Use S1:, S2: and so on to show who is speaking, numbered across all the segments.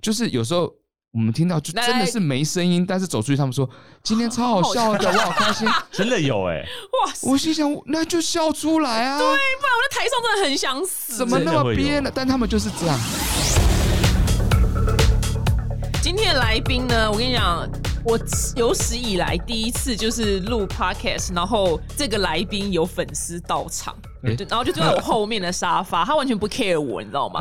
S1: 就是有时候我们听到就真的是没声音，但是走出去他们说今天超好笑的，我好开 心。
S2: 真的有哎、
S3: 哇塞，
S1: 我心想，那就笑出来啊，
S3: 不然我在台上真的很想死。
S1: 怎么那么憋
S2: 真的会
S1: 呢
S2: 有？
S1: 但他们就是这样，
S3: 今天的来宾呢，我跟你讲，我有史以来第一次就是录 podcast，然后这个来宾有粉丝到场。
S1: 诶
S3: 对，然后就坐在我后面的沙发，他完全不 care 我，你知道吗？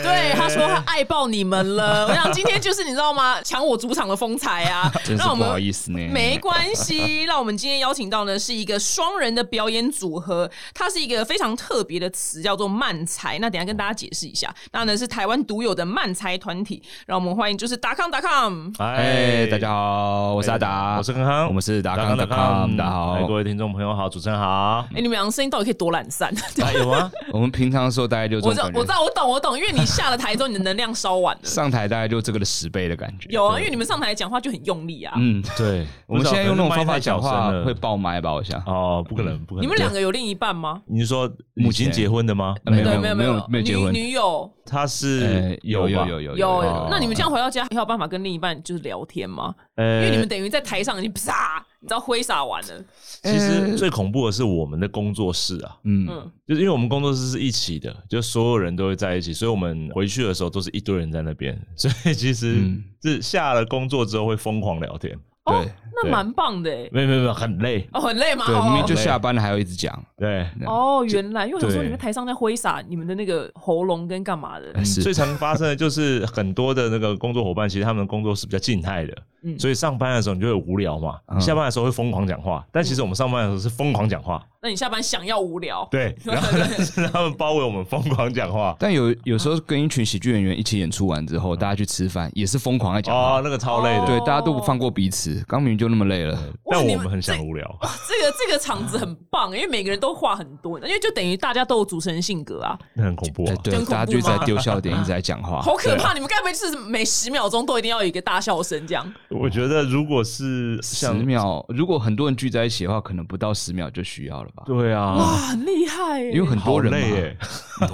S3: 对，他说他爱爆你们了。我想今天就是你知道吗，抢我主场的风采啊！
S1: 真是
S3: 让我
S1: 不
S3: 们
S1: 好意思呢。
S3: 没关 系，那我们今天邀请到呢是一个双人的表演组合，它是一个非常特别的词，叫做慢才。那等一下跟大家解释一下，那呢是台湾独有的慢才团体。让我们欢迎就是达康达康，
S1: 哎，大家好，我是阿达，
S2: 哎我是康康，
S1: 我们是达
S2: 达
S1: 康
S2: 康
S1: 达康，大家
S2: 哎
S1: 好
S2: 各。位听众朋友好，主持人好。
S3: 哎、你们两个声音到底可以多懒 散？
S2: 啊有吗？
S1: 我们平常的时候大概就这
S3: 我
S1: 种
S3: 知道
S1: 感，
S3: 我知
S1: 觉，
S3: 道，我懂，我懂，因为你下了台之后，你的能量烧完了。
S1: 上台大概就这个的十倍的感觉。
S3: 有啊，因为你们上台讲话就很用力啊。
S1: 嗯，
S2: 对，
S1: 我们现在用那种方法
S2: 不知道
S1: 讲
S2: 可能麦太小
S1: 话
S2: 声了
S1: 会爆麦吧？我想。
S2: 哦，不可能，不可能。
S3: 你们两个有另一半吗？
S2: 你是说母亲结婚的吗？
S1: 呃没有
S3: 对，
S1: 没
S3: 有
S1: 有
S3: 没
S1: 没有结婚哦
S3: 女女友
S2: 他
S1: 呃
S2: 是
S1: 有
S2: 吧
S1: 有有有
S3: 有
S2: 哎有
S3: 那你们这样回到家还有办法跟另一半就是聊天吗？因
S2: 呃
S3: 为你们等于在台上已经啪，你知道挥洒完了。
S2: 其实最恐怖的是我们的工作室啊，
S1: 嗯，
S3: 嗯，
S2: 就是因为我们工作室是一起的，就所有人都会在一起，所以我们回去的时候都是一堆人在那边， 所以其实
S1: 嗯
S2: 是下了工作之后会疯狂聊天，
S3: 哦
S1: 对，
S3: 那蛮棒的欸
S2: 没有没有没有，很累，
S3: 哦，很累吗？
S1: 对，明明就
S3: 哦
S2: 累
S1: 下班了还要一直讲，
S2: 对。
S3: 哦，原来，因为我想说
S2: 对
S3: 你们台上在挥洒你们的那个喉咙跟干嘛的，
S1: 是
S2: 嗯最常发生的就是很多的那个工作伙伴，其实他们的工作是比较静态的，
S3: 嗯
S2: 所以上班的时候你就会无聊嘛，
S1: 嗯
S2: 下班的时候会疯狂讲话，但其实我们上班的时候是疯狂讲
S1: 嗯
S2: 话，
S3: 那你下班想要无聊，
S2: 对，然后但是他们包围我们疯狂讲话，
S1: 但有有时候跟一群喜剧演员一起演出完之后，大家去吃饭也是疯狂 在讲
S2: 嗯哦
S1: 话，，
S2: 那个超累的，
S1: 对，大家都不放过彼此。刚明明就那么累了，
S3: 哇
S2: 但
S3: 你
S2: 我
S3: 们
S2: 们很想无聊，
S3: 这个这个场子很棒，因为每个人都话很多，因为就等于大家都有主持人性格啊，
S2: 那很恐怖啊
S1: 哎，对
S3: 真，恐
S1: 大家
S3: 怖
S1: 就一直在
S3: 吗
S1: 丢笑点，一直在讲话。
S3: 好可怕！你们该不会就是每十秒钟都一定要有一个大笑声这样？
S1: 嗯
S2: 我觉得如果是
S1: 十
S2: 像
S1: 秒，如果很多人聚在一起的话，可能不到十秒就需要了吧？
S2: 对
S3: 哇，
S2: 啊，
S3: 很厉害耶
S1: 因为！很多人
S2: 好累
S1: 嘛，
S2: 耶！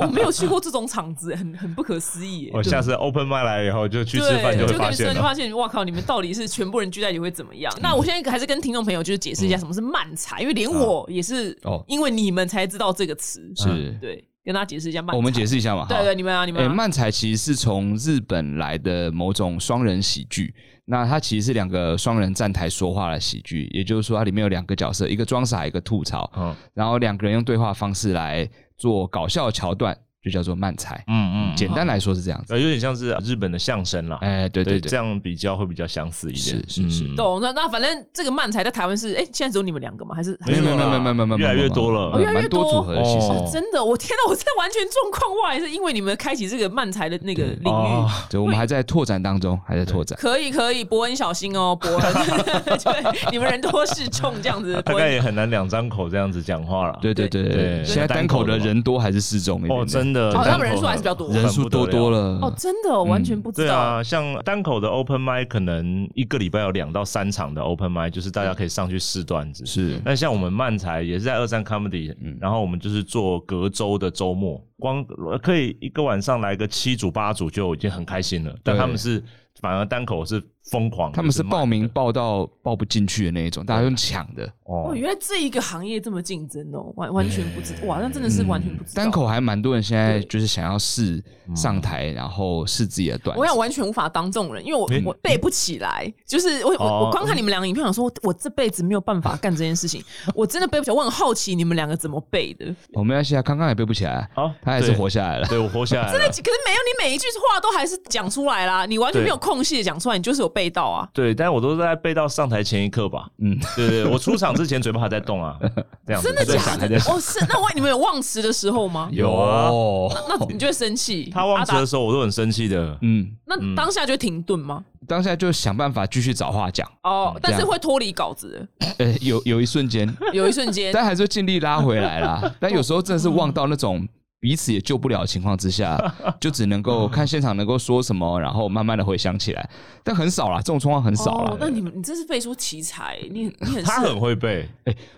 S3: 我没有去过这种场子，很很不可思议耶。欸
S2: 我下次 open m i 来以后就去
S3: 对，
S2: 吃饭就会发
S3: 跟你吃饭
S2: 现
S3: 就
S2: 了。嗯
S3: 发现，哇靠！你们到底是全部人聚在一起会怎么样？那我现在还是跟听众朋友就是解释一下什么是慢才，因为连我也是
S1: 哦
S3: 因为你们才知道这个词，
S1: 是哎
S3: 对，跟大家解释一下慢才。
S1: 我们解释一下嘛。
S3: 对
S1: 好
S3: 对，你们啊，你们
S1: 诶，
S3: 啊
S1: 漫才其实是从日本来的某种双人喜剧，那它其实是两个双人站台说话的喜剧，也就是说它里面有两个角色，一个装傻，一个吐槽，
S2: 嗯
S1: 然后两个人用对话方式来做搞笑的桥段，就叫做漫才。
S2: 嗯嗯，
S1: 简单来说是这样子。
S2: 呃，有点像是日本的相声啦，
S1: 哎，对对
S2: 这
S1: 对，
S2: 样比较会比较相似一点。
S1: 是是是
S2: 嗯
S3: 懂？那那反正这个慢才在台湾是，哎，现在只有你们两个吗？还是还
S1: 没
S3: 是
S1: 有没有
S2: 没
S1: 没
S2: 有
S1: 有
S2: 啦
S1: 没有没有没有，
S2: 越来越多了
S3: 哦越来越
S1: 蛮多
S3: 多
S1: 组合的其实。
S2: 哦
S3: 真的？我天哪！我这完全状况外，是因为你们开启这个慢才的那个
S1: 嗯
S3: 领域
S2: 哦。
S1: 对，我们还在拓展当中，还在拓展。
S3: 可以可以，伯恩小心哦， 伯恩， 对，你们人多势众这样 子，
S2: 大
S3: 伯
S2: 概
S3: 恩
S2: 也很难两张口这样子讲话了。
S1: 对对对
S2: 对
S1: 对，
S2: 对
S1: 现在单口的人多还是适中一点
S2: 哦，
S1: 点，
S2: 真的，
S3: 哦他们
S2: 单口
S3: 人数还是比较多
S1: 人数多多
S2: 了。
S1: 了。
S3: 哦，真的哦完全不知
S2: 对
S3: 道。
S2: 啊，像单口的 open m i 可能一个礼拜有两到三场的 open m i 就是大家可以上去试段子。
S1: 是嗯
S2: 那像我们漫才也是在二三 comedy，、然后我们就是做隔周的周末，光可以一个晚上来个七组八组就已经很开心了。但他们是反而单口是疯狂的，
S1: 他们
S2: 就是
S1: 报
S2: 慢
S1: 名报到报不进去的那一种，大家用抢的。
S2: 哦
S3: 哦，，原来这一个行业这么竞争哦，完完全不知哇，那真的是完全不知
S1: 嗯
S3: 道。
S1: 单，口还蛮多人现在
S3: 对
S1: 就是想要试上台，然后试自己的段
S3: 我想
S1: 子。
S3: 完全无法当这种人，因为我
S2: 诶
S3: 我背不起来，就是我我
S2: 哦
S3: 我光
S1: 嗯
S3: 看你们两个影片，想说我我这辈子没有办法干这件事情，我真的背不起来。我很好奇你们两个怎么背的，
S1: 我们要现在康康也背不起来，
S2: 好，
S1: 他还是活下来了
S2: 对，。对我活下来了
S1: 嗯
S3: 可。是没有你每一句话都还是讲出来啦，你完全没有空隙地讲出来，你就是有背到啊。
S2: 对，但我都是在背到上台前一刻吧。
S1: 嗯，
S2: 对对，我出场之前嘴巴还在动 啊，这样子
S3: 真的
S2: 对
S3: 假的？哦，是那我你们有忘词的时候吗？
S2: 有啊
S1: 有，
S3: 那你就会生气。
S2: 他忘词
S3: 阿
S2: 的
S3: 达，
S2: 时候，我都很生气的。
S1: 嗯，
S3: 那当下就会停顿吗？
S1: 当下就想办法继续找话讲。
S3: 哦，
S1: 嗯
S3: 但
S1: 这
S3: 是
S1: 样
S3: 会脱离稿子，
S1: 呃，有有一瞬间，
S3: 有一瞬间。
S1: 但还是会尽力拉回来啦。但有时候真的是忘到那种。彼此也救不了的情况之下，就只能够看现场能够说什么，然后慢慢的回想起来。但很少啦，这种状况很少啦。
S3: 哦那你们你真是辈出奇才，你你很
S2: 他
S3: 适合
S2: 很会背，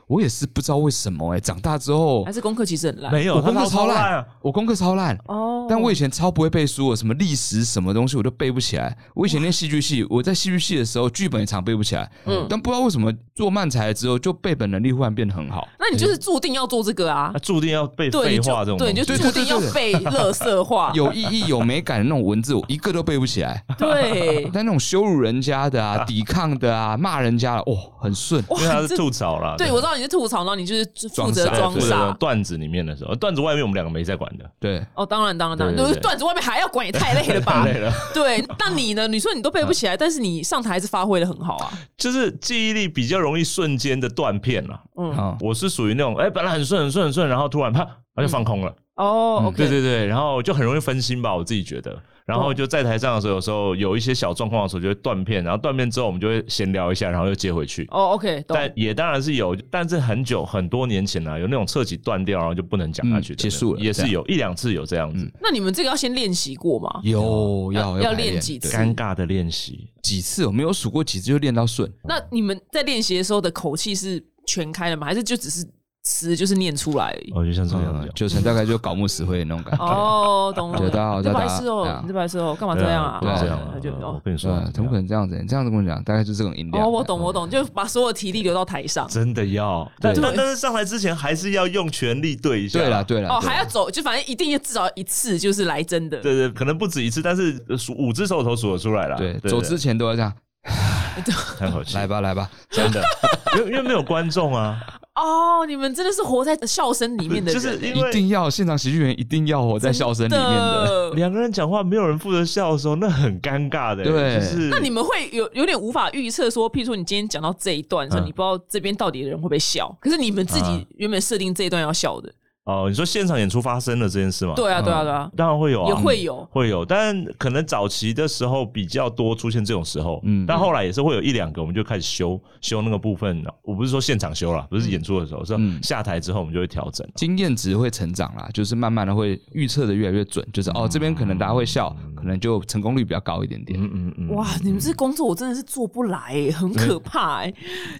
S1: 我也是不知道为什么哎、长大之后
S3: 还是功课其实很烂
S2: 啊没有，
S1: 我
S2: 他
S1: 功课
S2: 超
S1: 超烂
S2: 啊，
S1: 我功课超烂。
S3: 哦
S1: 但我以前超不会背书，什么历史什么东西我都背不起来。我以前念戏剧系，我在戏剧系的时候剧本也常背不起来。
S3: 嗯
S1: 但不知道为什么做漫才之后，就背本能力忽然变得很好。
S3: 那你就是注定要做这个啊
S2: 他，注定要被
S3: 对，
S2: 废
S3: 你就
S2: 话这种东
S3: 对，
S2: 西，
S3: 你就
S1: 对
S3: 注
S1: 对
S3: 定
S1: 对
S3: 要
S1: 对
S3: 被 乐色化，
S1: 有意义、有美感的那种文字，我一个都背不起 来。
S3: 对，
S1: 但那种羞辱人家的啊、抵抗的啊、骂人家的，哦，很顺。
S2: 因为他
S3: 哇，
S2: 是
S3: 这
S2: 吐槽啦，
S3: 对我知道你是吐槽，然后你就是负责
S1: 装傻
S3: 装
S2: 对对对
S3: 傻。
S2: 段子里面的时候，段子外面我们两个没在管的，
S1: 对，
S3: 哦，当然，当然，当然，
S2: 对对对
S3: 就是段子外面还要管，也太累了吧？
S1: 啊
S2: 太累了。
S3: 对，那你呢？你说你都背不起来，但是你上台还是发挥的很好啊。
S2: 就是记忆力比较容易瞬间的断片啦。
S3: 嗯
S1: 啊、
S2: 我是属于那种，哎、本来很顺很顺很顺，然后突然啪，它就放空了。
S3: 哦
S1: 嗯
S3: ，OK，
S2: 对对对，然后就很容易分心吧，我自己觉得。然后就在台上的时候，有时候有一些小状况的时候就会断片，然后断片之后我们就会闲聊一下，然后又接回去。
S3: 哦，OK，懂。
S2: 但也当然是有，但是很久很多年前啊，有那种彻底断掉，然后就不能讲下去的
S1: 嗯
S2: 那
S1: 结
S2: 种、
S1: 束了
S2: 也是有一两次有这样子、
S3: 那你们这个要先练习过吗？
S1: 有要
S3: 哦要
S1: 排
S3: 练
S1: 练
S3: 几
S1: 对
S3: 次
S2: 尴尬的练习。
S1: 几次，我没有数过几次就练到顺。
S3: 那你们在练习的时候的口气是全开的吗？还是就只是词就是念出来而已？
S2: 我就像这样
S1: 嗯
S2: 讲，，
S1: 九成大概就搞木死灰的那种 感觉。
S3: 哦，懂了。
S1: 觉得
S3: 懂了
S1: 好
S3: 你这
S1: 大
S3: 白
S1: 家
S3: 痴
S1: 对
S3: 哦
S1: 啊，
S3: 你这白痴哦，干嘛
S2: 对
S3: 这样
S2: 啊，
S3: 啊？
S2: 不能这样
S3: 哦
S2: 啊
S3: 那就
S2: 我
S3: 哦。
S2: 跟你
S1: 对
S2: 说，
S1: 啊，怎么可能这样子？你这样子跟我讲，大概就这种音量。
S3: 哦，我懂，我懂，就把所有体力留到台上。
S2: 真的要，但
S3: 对
S2: 但但是上台之前还是要用全力对一下。
S1: 对啦。对啦，对
S3: 哦，
S1: 啦啊
S3: 还要走，就反正一定要至少一次，就是来真的。
S2: 对对，可能不止一次，但是呃数五只手指头数得出来了。
S1: 啊对，走之前都要这样，
S2: 叹口气，
S1: 来吧，来吧，
S2: 真的，因为因为没有观众啊，
S3: 哦，你们真的是活在笑声里面的
S2: 就
S3: 人，
S2: 是因
S1: 一
S2: 为
S1: 定要现场喜剧演员一定要活在笑声里面的。
S3: 的
S2: 两个人讲话，没有人负责笑的时候，那很尴尬的。欸
S1: 对
S2: 就是
S3: 那你们会有有点无法预测，说，譬如说你今天讲到这一段的时候，
S2: 嗯
S3: 你不知道这边到底的人会不会笑，可是你们自己
S2: 啊
S3: 原本设定这一段要笑的，
S2: 哦，你说现场演出发生了这件事吗？，
S3: 对啊，对啊，对啊，
S2: 当然会有啊，
S3: 也会有
S2: 会有，但可能早期的时候比较多出现这种时候，
S1: 嗯
S2: 嗯，但后来也是会有一两个，我们就开始修修那个部分。我不是说现场修了，不是演出的时候，是
S1: 嗯
S2: 下台之后我们就会调整。
S1: 经验值会成长啦，就是慢慢的会预测的越来越准，就是哦这边可能大家会笑，可能就成功率比较高一点点。
S2: 嗯嗯嗯，
S3: 哇，你们这工作我真的是做不来、很可怕、欸，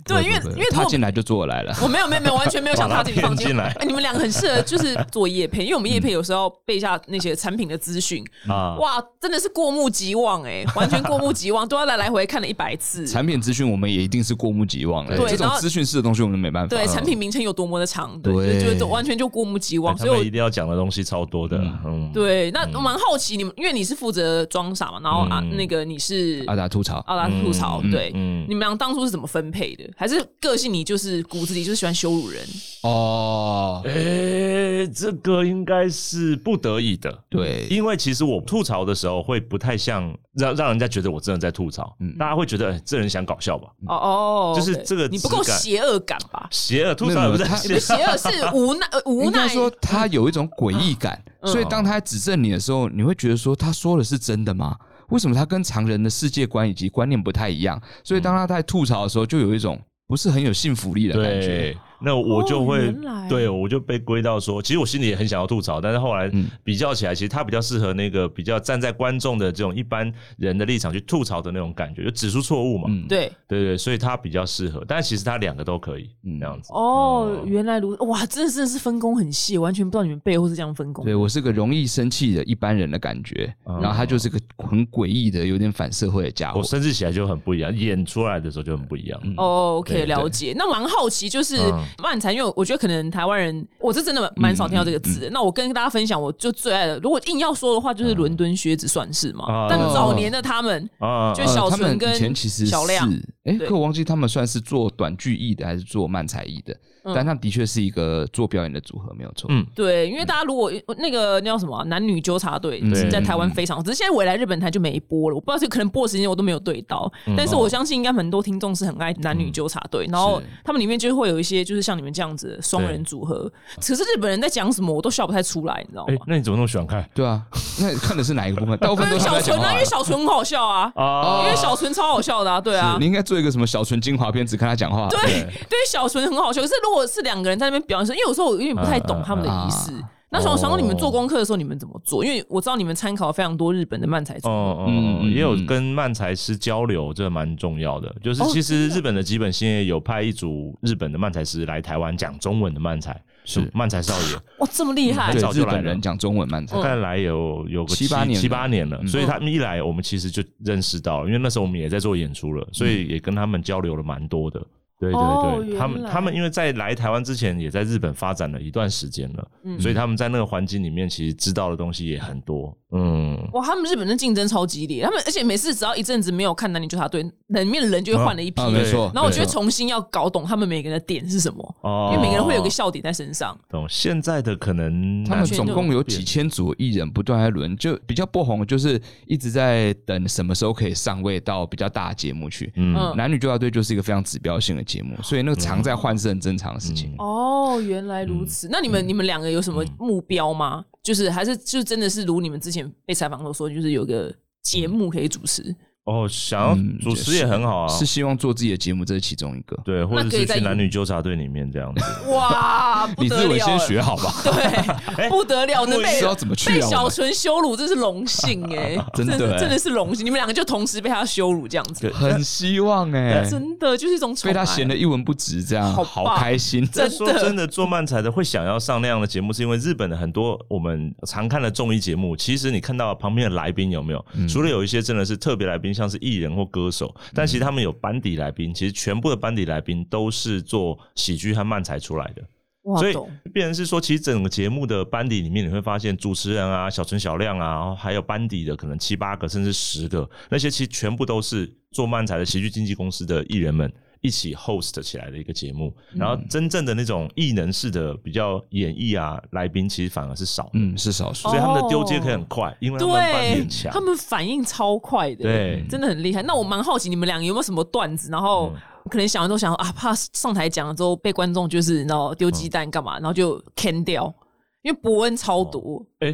S3: 对，因为因为如
S1: 他
S3: 果
S1: 进来就做来了，
S3: 我没有没有没有完全没有想
S2: 把
S3: 踏
S2: 他
S3: 进
S2: 骗
S3: 房间
S2: 进来
S3: 哎你们两个很适合就是做叶配，因为我们叶配有时候要背一下那些产品的资讯，
S2: 啊，
S3: 哇，真的是过目即忘哎、完全过目即忘，都要来来回看了一百 次。
S1: 产品资讯我们也一定是过目即忘了，
S3: 对
S1: 这种
S3: 然后
S1: 资讯式的东西我们没办法。
S3: 对产品名称有多么的长，
S1: 嗯对
S3: 就是完全就过目即忘，
S2: 哎他
S3: 所以我
S2: 们一定要讲的东西超多的，嗯，
S3: 对，那我蛮好奇你们，因为你是负责装傻嘛，然后啊，
S2: 嗯
S3: 那个你是
S1: 阿达吐槽，
S3: 奥拉吐槽，
S1: 啊嗯
S3: 对，
S2: 嗯
S3: 你们俩当初是怎么分配的？还是个性你就是骨子里就是喜欢羞辱人？
S1: 哦，
S2: 诶、这个应该是不得已的，
S1: 对，
S2: 因为其实我吐槽的时候会不太像让让人家觉得我真的在吐槽，
S1: 嗯
S2: 大家会觉得、诶这人想搞笑吧？
S3: 哦哦，
S2: 就是
S3: OK
S2: 这个
S3: 你不够
S2: 质感
S3: 邪恶感 吧？
S2: 邪恶吐槽也不是
S1: 没有
S2: 邪恶，
S3: 邪恶是无奈呃无
S1: 应
S3: 奈
S1: 该，说嗯他有一种诡异感，
S3: 嗯
S1: 所以当他指正你的时候，你会觉得说他说的是真的吗？为什么他跟常人的世界观以及观念不太一样？所以当他在吐槽的时候，就有一种不是很有信服力的感觉
S2: 对。，那我就
S3: 哦
S2: 会、
S3: 原来
S2: 对我就被归到说，其实我心里也很想要吐槽，但是后来
S1: 嗯
S2: 比较起来，其实他比较适合那个比较站在观众的这种一般人的立场去吐槽的那种感觉，就指出错误嘛。
S1: 嗯
S3: 对。
S2: 对对，所以他比较适合，但其实他两个都可以，
S1: 嗯
S2: 嗯，这样子。
S3: 哦，
S2: 嗯
S3: 原来如哇，真的真的是分工很细，完全不知道你们背后是这样分工。
S1: 对我是个容易生气的一般人的感觉，然后他就是个很诡异的、有点反社会的家伙
S2: 嗯我。生气起来就很不一样，演出来的时候就很不一样。
S3: 哦，OK，
S2: 对对
S3: 了解。那蛮好奇，就是
S2: 嗯
S3: 漫才，因为我觉得可能台湾人，我是真的蛮少听到这个词的。那我跟大家分享，我就最爱的，如果硬要说的话，就是伦敦靴子算是嘛
S2: 啊。
S3: 但早年的他们，
S2: 啊
S3: 就
S1: 呃
S3: 小
S1: 他
S3: 纯
S1: 们
S3: 跟
S1: 以前其实
S3: 小亮
S1: 是，哎，
S3: 对
S1: 可我忘记他们算是做短剧艺的还是做漫才艺的，
S3: 嗯
S1: 但他们的确是一个做表演的组合，没有错。
S2: 嗯
S3: 对，因为大家如果那个那叫什么啊男女纠察队
S1: 嗯
S3: 在台湾非常，只是现在未来日本台就没播了，我不知道这可能播的时间我都没有对到，
S1: 嗯
S3: 但是我相信应该很多听众是很爱男女纠察队，然后
S1: 哦是
S3: 他们里面就会有一些就是像你们这样子的双人组合，可是日本人在讲什么我都笑不太出来，你知道
S2: 哎、
S3: 吗？
S2: 那你怎么那么喜欢看
S1: 对啊，那看的是哪一个部分？ 大部分
S3: 因
S1: 都
S3: 为
S1: 是他
S3: 小
S1: 们在讲
S3: 纯
S1: 话
S3: 啊，因为小纯很好笑啊，
S2: 啊
S1: 哦
S3: 因为小纯超好笑的啊，对啊
S1: 你。应该做一个什么小纯精华片，只看他讲话。啊
S3: 对，对，小纯很好笑。可是如果是两个人在那边表演的时候，因为有时候我有点不太懂他们的仪式，那想想说你们做功课的时候，你们怎么做？因为我知道你们参考非常多日本的漫才创作。
S2: 哦
S1: 嗯
S2: 哦，
S1: 嗯
S2: 也有
S1: 嗯
S2: 跟漫才师交流，这蛮重要的。就是
S3: 哦
S2: 其实
S3: 真的
S2: 日本的吉本兴业有派一组日本的漫才师来台湾讲中文的漫才，嗯
S1: 是哦
S2: 漫才少爷，
S3: 哇，这么厉害
S2: 很！早
S1: 嗯对
S2: 就
S1: 日
S2: 来
S1: 本
S2: 了
S1: 人讲中文漫才
S3: 嗯，
S2: 看来有有个
S1: 七八年了
S2: 七八年了，
S1: 嗯
S2: 所以他们一来，我们其实就认识到了，因为那时候我们也在做演出了，
S1: 嗯
S2: 所以也跟他们交流了蛮多的。对
S3: 哦
S2: 对对，他
S3: 原
S2: 们
S3: 来
S2: 他们因为在来台湾之前，也在日本发展了一段时间了，
S3: 嗯
S2: 所以他们在那个环境里面，其实知道的东西也很多。嗯，
S3: 哇，他们日本的竞争超激烈，他们而且每次只要一阵子没有看男女纠察队，里面的人就会换了一批。
S1: 啊，没错。
S3: 然后我就会
S1: 没错
S3: 重新要搞懂他们每个人的点是什么，
S2: 哦
S3: 因为每个人会有个笑点在身上。
S2: 懂。现在的可能
S1: 他们
S3: 圈
S1: 总
S3: 就
S1: 共有几千组艺人不断在轮，就比较不红，就是一直在等什么时候可以上位到比较大的节目去。
S2: 哦
S3: 嗯
S1: 男女纠察队就是一个非常指标性的节目，所以那个常在换是很正常的事情。
S3: 哦，原来如此。那你们、你们两个有什么目标吗？就是还是就真的是如你们之前被采访的时候说，就是有个节目可以主持，
S2: 哦，想要
S1: 嗯
S2: 主持也很好啊，
S1: 是希望做自己的节目，这是其中一个。
S2: 对，或者
S3: 那可以
S2: 是
S3: 在
S2: 去男女纠察队里面这 样子。
S3: 哇，不
S1: 你
S3: 得
S1: 日文
S3: 了
S1: 先
S3: 了！
S1: 学好吧，哎
S3: 对，不得了，能 被
S1: 知道怎么去
S3: 被
S1: 啊？我
S3: 小
S1: 们
S3: 纯羞辱，这是荣幸哎、
S1: 真的
S3: 是
S1: 欸
S3: 真的是荣幸。你们两个就同时被他羞辱这样子，
S1: 很希望哎、
S3: 真的就是一种宠
S1: 被
S3: 爱
S1: 他嫌得一文不值，这样
S3: 好棒
S1: 开心。
S3: 真的
S2: 说真的，做漫才的会想要上那样的节目，是因为日本的很多我们常看的综艺节目，其实你看到旁边的来宾有没有？
S1: 嗯
S2: 除了有一些真的是特别来宾，像是艺人或歌手，但其实他们有班底来宾，其实全部的班底来宾都是做喜剧和漫才出来的。
S3: 哇
S2: 所以
S3: 懂
S2: 变成是说，其实整个节目的班底里面，你会发现主持人啊、小陈、小亮啊，然后还有班底的可能七八个甚至十个，那些其实全部都是做漫才的喜剧经纪公司的艺人们。一起 host 起来的一个节目，然后真正的那种艺能式的比较演绎啊，来宾其实反而是少的，
S1: 嗯，是少数
S3: 哦
S2: 所以他们的丢接可以很快，因为他们班底
S3: 对
S2: 很，强
S3: 他。们反应超快的，
S2: 对
S3: 真的很厉害。那我蛮好奇你们两个有没有什么段子，然
S1: 嗯
S3: 后可能想完之后想啊，怕上台讲了之后被观众就是然后丢鸡
S1: 嗯
S3: 蛋干嘛，然后就 can 掉。因为伯恩超多，
S2: 哎，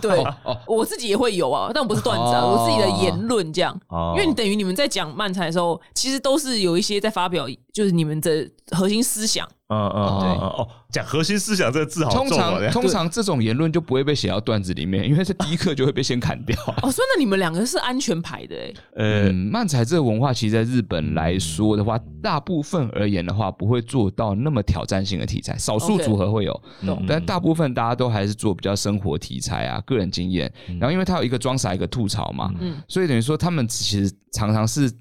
S3: 对
S1: 哦哦，
S3: 我自己也会有啊，但我不是段子啊，
S1: 哦
S3: 我自己的言论这样。
S2: 哦
S3: 因为你等于你们在讲漫才的时候，其实都是有一些在发表，就是你们的核心思 想。
S2: 嗯嗯嗯
S1: 对
S2: 嗯哦，讲核心思想这个字好
S1: 通
S2: 重啊
S1: 常！通常这种言论就不会被写到段子里面，因为在第一刻就会被先砍掉。
S3: 哦，所以那你们两个是安全牌的、欸，
S2: 呃
S1: 嗯，，漫才这个文化，其实在日本来说的话，大部分而言的话，不会做到那么挑战性的题材，少数
S3: OK
S1: 组合会有，
S3: 懂
S1: 但大部分大家都还是做比较生活题材啊、个人经验。然后，因为它有一个装傻，一个吐槽嘛，
S3: 嗯
S1: 所以等于说他们其实常常是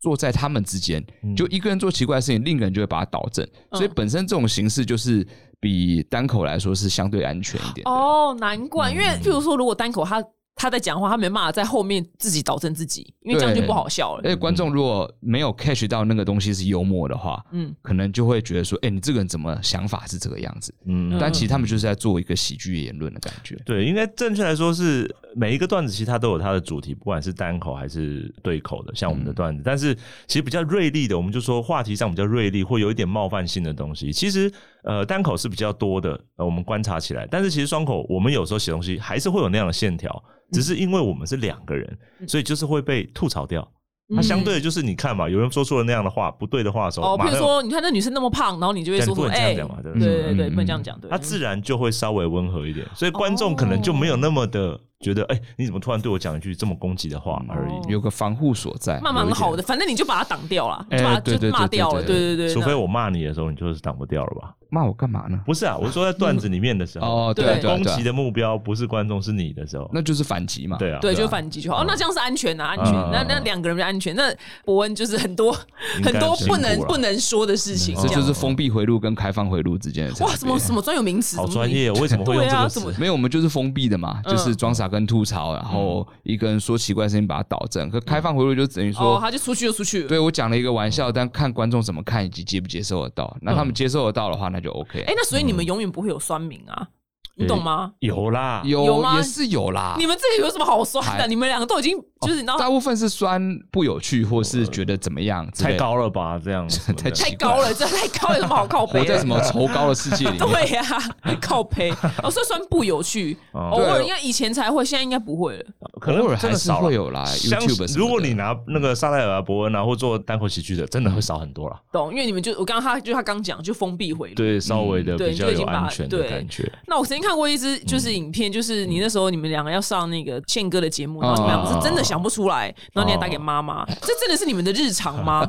S1: 坐在他们之间，
S2: 嗯
S1: 就一个人做奇怪的事情，另一个人就会把它导正。
S3: 嗯
S1: 所以本身这种形式就是比单口来说是相对安全一点的。
S3: 哦，难怪，因为譬如说，如果单口他他在讲话，他没办法在后面自己导正自己，因为这样就不好笑
S1: 而
S3: 了。
S1: 且观众如果没有 catch 到那个东西是幽默的话，
S3: 嗯，
S1: 可能就会觉得说，哎、你这个人怎么想法是这个样子？
S2: 嗯
S1: 但其实他们就是在做一个喜剧言论的感觉。
S2: 对，应该正确来说是每一个段子其实它都有它的主题，不管是单口还是对口的，像我
S3: 嗯
S2: 们的段子。但是其实比较锐利的，我们就说话题上比较锐利，或有一点冒犯性的东西。其实呃，单口是比较多的，呃，我们观察起来。但是其实双口，我们有时候写东西还是会有那样的线条，只
S3: 嗯
S2: 是因为我们是两个人，所以就是会被吐槽掉。
S3: 嗯
S2: 它相对的就是你看嘛，有人说出了那样的话，不对的话的时候，
S3: 哦，
S2: 马
S3: 譬
S2: 上
S3: 如说，你看那女生那么胖，然后你就会
S2: 对
S3: 说
S2: 不
S3: 说，
S2: 能这
S3: 哎，
S2: 样
S3: 对
S2: 讲嘛对不对
S3: 对对，
S1: 嗯
S3: 不能这样讲，对。
S2: 它自然就会稍微温和一点，所以观众可能就没有那么的觉得，哎、你怎么突然对我讲一句这么攻击的话而已？
S3: 哦
S1: 有个防护所在，
S3: 嗯慢慢好的，反正你就把他挡掉了，
S1: 哎
S3: 就把他
S1: 对
S3: 就
S1: 对对
S3: 骂掉了，
S1: 对
S3: 对对对。
S2: 除非
S3: 那
S2: 我骂你的时候，你就是挡不掉了吧？
S1: 骂我干嘛呢？
S2: 不是啊，我说在段子里面的时候，
S1: 哦，对啊
S3: 对
S1: 对啊
S2: 攻
S1: 对啊
S2: 击，的目标不是观众，是你的时候，
S1: 那就是反击嘛。
S2: 对啊，
S3: 对，就反击就好。哦，那这样是安全的，安全。
S2: 嗯
S3: 那那两个人就安全。那伯恩就是很多
S2: 应该
S3: 很多
S2: 辛苦啊
S3: 不能
S2: 了嗯
S3: 不能说的事
S2: 哦
S3: 情，
S1: 这
S3: 这
S1: 就
S3: 样
S1: 是封闭回路跟开放回路之间的差
S3: 哇，
S1: 别
S3: 什么什么专有名词，
S2: 好
S3: 什么
S2: 专
S3: 名词
S2: 业，为什么会用这
S3: 对啊
S2: 个
S3: 怎么
S2: 词？
S1: 没有，我们就是封闭的嘛，
S3: 嗯
S1: 就是装傻跟吐槽，然后
S2: 嗯
S1: 一个人说奇怪的事情把它导正。可开放回路就等于
S3: 哦，
S1: 说，
S3: 他就出去就出去了。
S1: 对我讲了一个玩笑，但看观众怎么看以及接不接受得到。那
S2: 嗯
S1: 他们接受得到的话，那就 OK
S3: 哎，。那所以你们永远不会有酸民啊，你懂吗？
S2: 有啦，
S3: 有吗
S1: 也是有
S2: 啊
S1: 啦
S3: 你，们这个有什么好酸的？
S1: 还
S3: 你们两个都已经就
S2: 哦
S3: 是你知道
S1: 大部分是酸不有趣，或是觉得怎么样之类
S2: 太
S1: 的。
S2: 高了吧？这样什么的
S1: 太
S3: 太
S1: 奇怪
S3: 高了，这太高了，有什么 好靠
S1: 活
S3: 背
S1: 在
S3: 的
S1: 什？么仇高的世界里面。
S3: 对呀、 靠背。我说酸不有趣，
S2: 哦
S3: 偶尔
S1: 对
S3: 应该以前才会，现在应该不会了。
S2: 可能
S1: 偶尔
S2: 真
S1: 还
S2: 的
S1: 是
S2: 少了
S1: 会有啦
S2: 相
S1: ，YouTube 什么的
S2: 如果你拿那个沙奈尔啊、伯恩啊，或做单口喜剧的，真的会少很多啦。
S3: 懂？因为你们就我刚刚他就他刚讲就封闭回路。
S2: 对，稍微的
S3: 对
S2: 比较
S3: 就已
S2: 有
S3: 经把
S2: 安全的
S3: 对
S2: 感觉。
S3: 那我曾经看过一支
S2: 嗯
S3: 就是影片，就是你那时候你们两个要上那个宪哥的节目，然后你们两
S2: 哦
S3: 个是真的想不出来，然后你还打给妈妈，这真的是你们的日常 吗？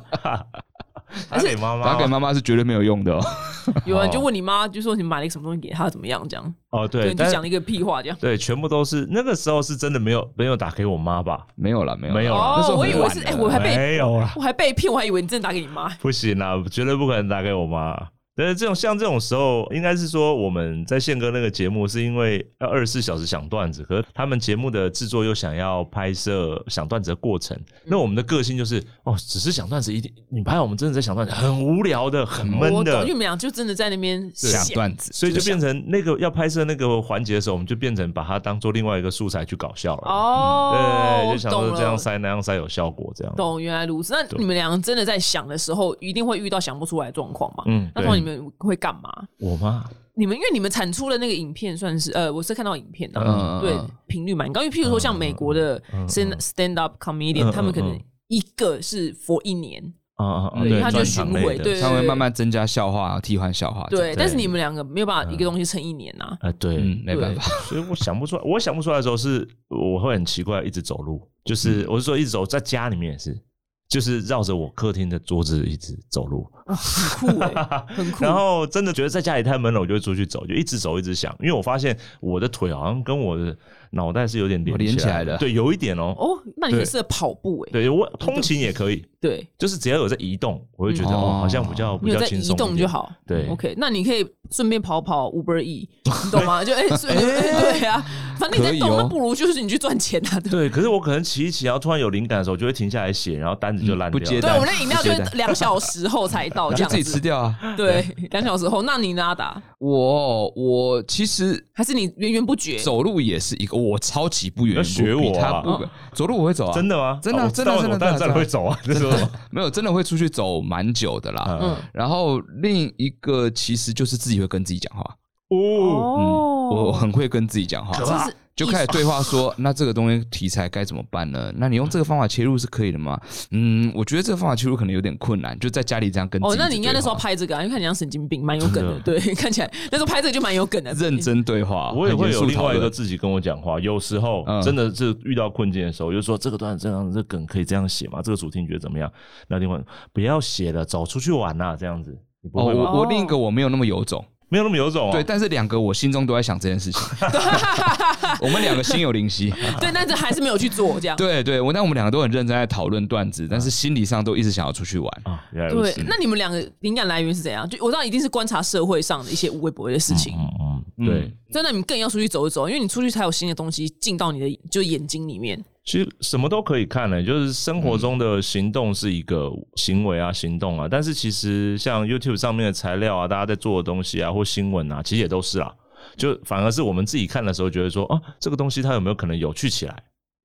S2: 打给妈妈，
S1: 打给妈妈是绝对没有用的、哦。
S3: 有人就问你妈，就说你买了一个什么东西给她，怎么样这样？
S2: 哦，
S3: 对，
S2: 对，
S3: 你
S2: 但
S3: 就讲了一个屁话这样。
S2: 对，全部都是那个时候是真的没有没有打给我妈吧？
S1: 没有了，没有啦，
S2: 没有啦
S1: 那时候
S3: 哦，我以
S1: 很
S3: 为
S1: 晚
S3: 是，
S1: 了
S3: 哎，我还被
S2: 没有啦，
S3: 我还被骗，我还以为你真的打给你妈。
S2: 不行啦，绝对不可能打给我妈。但是这种像这种时候，应该是说我们在宪哥那个节目，是因为要二十四小时想段子，可是他们节目的制作又想要拍摄想段子的过
S3: 嗯
S2: 程。那我们的个性就是哦，只是想段子，一定你拍我们真的在想段子，很无聊的，很
S3: 我
S2: 闷
S3: 懂，因
S2: 的
S3: 为你。们俩就真的在那边
S1: 想
S3: 想
S1: 段子，
S2: 所以就变成那个要拍摄那个环节的时候，我们就变成把它当做另外一个素材去搞笑了。
S3: 哦，
S2: 嗯对，
S3: 我
S2: 就想
S3: 懂
S2: 说
S3: 了
S2: 这样塞那样塞有效果，这样。
S3: 懂，原来如此。那你们俩真的在想的时候，一定会遇到想不出来的状况嘛？
S2: 嗯
S3: 那
S2: 对
S3: 时候你们会干嘛？
S2: 我吗？
S3: 你们因为你们产出的那个影片算是呃，我是看到影片的，
S1: 嗯
S3: 对
S1: 嗯
S3: 频率蛮高。因为譬如说像美国的 stand stand up comedian，、
S2: 嗯
S3: 他们可能
S2: 嗯
S3: 一个是 for 一年，
S2: 啊啊啊！
S3: 对，
S2: 对，
S3: 他就
S2: 专
S3: 巡
S2: 场
S3: 回，
S2: 类的
S3: 对，
S1: 他会慢慢增加笑话，替换笑话。
S3: 对
S1: 这样
S3: 对。但是你们两个没有办法一个东西撑一年呐、啊。
S2: 啊，对，
S1: 嗯，没办法，
S2: 所以我想不出来，我想不出来的时候是，我会很奇怪，一直走路，就是我是说一直走，在家里面也是，就是绕着我客厅的桌子一直走路，
S3: 哇很酷哎、很酷。
S2: 然后真的觉得在家里太闷了，我就会出去走，就一直走一直想，因为我发现我的腿好像跟我的脑袋是有哦点连
S1: 连起来
S2: 的，
S1: 的
S2: 对，有一点哦，
S3: 哦，那你很
S2: 对
S3: 适合跑步哎、
S2: 对我通勤也可以，
S3: 对，
S2: 就是只要有在移动，我会觉得
S1: 嗯
S2: 哦，好像比较
S3: 你
S2: 比
S3: 有
S2: 较
S3: 在
S2: 轻
S3: 移
S2: 松一
S3: 动
S2: 点
S3: 就。好。
S2: 对
S3: ，OK，那你可以顺便跑跑 Uber E，你懂吗？就哎，顺对啊，反正你在
S1: 可以
S3: 动，
S1: 哦
S3: 那不如就是你去赚钱啊，对不对？
S2: 对，可是我可能骑一骑，然后突然有灵感的时候，我就会停下来写，然后单子就烂
S1: 嗯不
S2: 掉了。
S1: 接
S3: 对，
S1: 待
S3: 我们的饮料就是
S1: 对的
S3: 两小时后 才到，这
S1: 就
S3: 样
S1: 自己吃
S3: 子。
S1: 掉啊。
S3: 对，两小时后，那你呢，阿达？
S1: 我我其实
S3: 还是你源源不绝？
S1: 走路也是一个，我超级不远
S2: 要
S1: 远
S2: 学
S1: 不比
S2: 我
S1: 他
S2: 啊
S1: 不
S3: 哦
S1: 远走路我会走啊，
S2: 真的吗？
S1: 真的啊
S2: 哦
S1: 真的
S2: 我
S1: 真的
S2: 我当然
S1: 真的真的
S2: 会走啊，这是什 么？
S1: 没有真的会出去走蛮久的啦。
S3: 嗯
S2: 嗯，
S1: 然后另一个其实就是自己会跟自己讲话，嗯
S2: 哦，
S1: 我很会跟自己讲话，
S3: 就是
S1: 就开始对话说，那这个东西题材该怎么办呢？那你用这个方法切入是可以的吗？嗯，我觉得这个方法切入可能有点困难，就在家里这样跟自己
S3: 哦，那你应该那时候
S1: 对话
S3: 拍这个、啊，因为看你像神经病，蛮有梗的。
S2: 真
S3: 对， 看起来那时候拍这个就蛮有梗的。
S1: 认真对话，
S2: 我也会
S1: 很严
S2: 有
S1: 肃
S2: 另
S1: 讨
S2: 外一个
S1: 论
S2: 自己跟我讲话，有时候
S1: 嗯
S2: 真的是遇到困境的时候，我就说这个段子这样，这梗可以这样写吗？这个主题你觉得怎么样？那另外不要写了，走出去玩呐、这样子你不
S1: 哦，
S2: 会吗？
S1: 我我另一个我没有那么有种，
S2: 没有那么有种啊、
S1: 对，但是两个我心中都在想这件事 情， 我们两个心有灵犀。
S3: 对，但是还是没有去做这样。
S1: 对对，我但我们两个都很认真在讨论段
S2: 嗯
S1: 子，但是心理上都一直想要出去玩。
S2: 啊，原来如
S3: 对
S2: 此。，
S3: 那你们两个灵感来源是怎样？就我知道一定是观察社会上的一些无微不微的事情，
S2: 嗯嗯，对。
S1: 嗯
S3: 真的你更要出去走一走，因为你出去才有新的东西进到你的就眼睛里面。
S2: 其实什么都可以看呢、欸就是生活中
S3: 嗯
S2: 的行动是一个行为啊、行动啊，但是其实像 YouTube 上面的材料啊，大家在做的东西啊，或新闻啊，其实也都是啦。就反而是我们自己看的时候，觉得说，哦、这个东西它有没有可能有趣起来？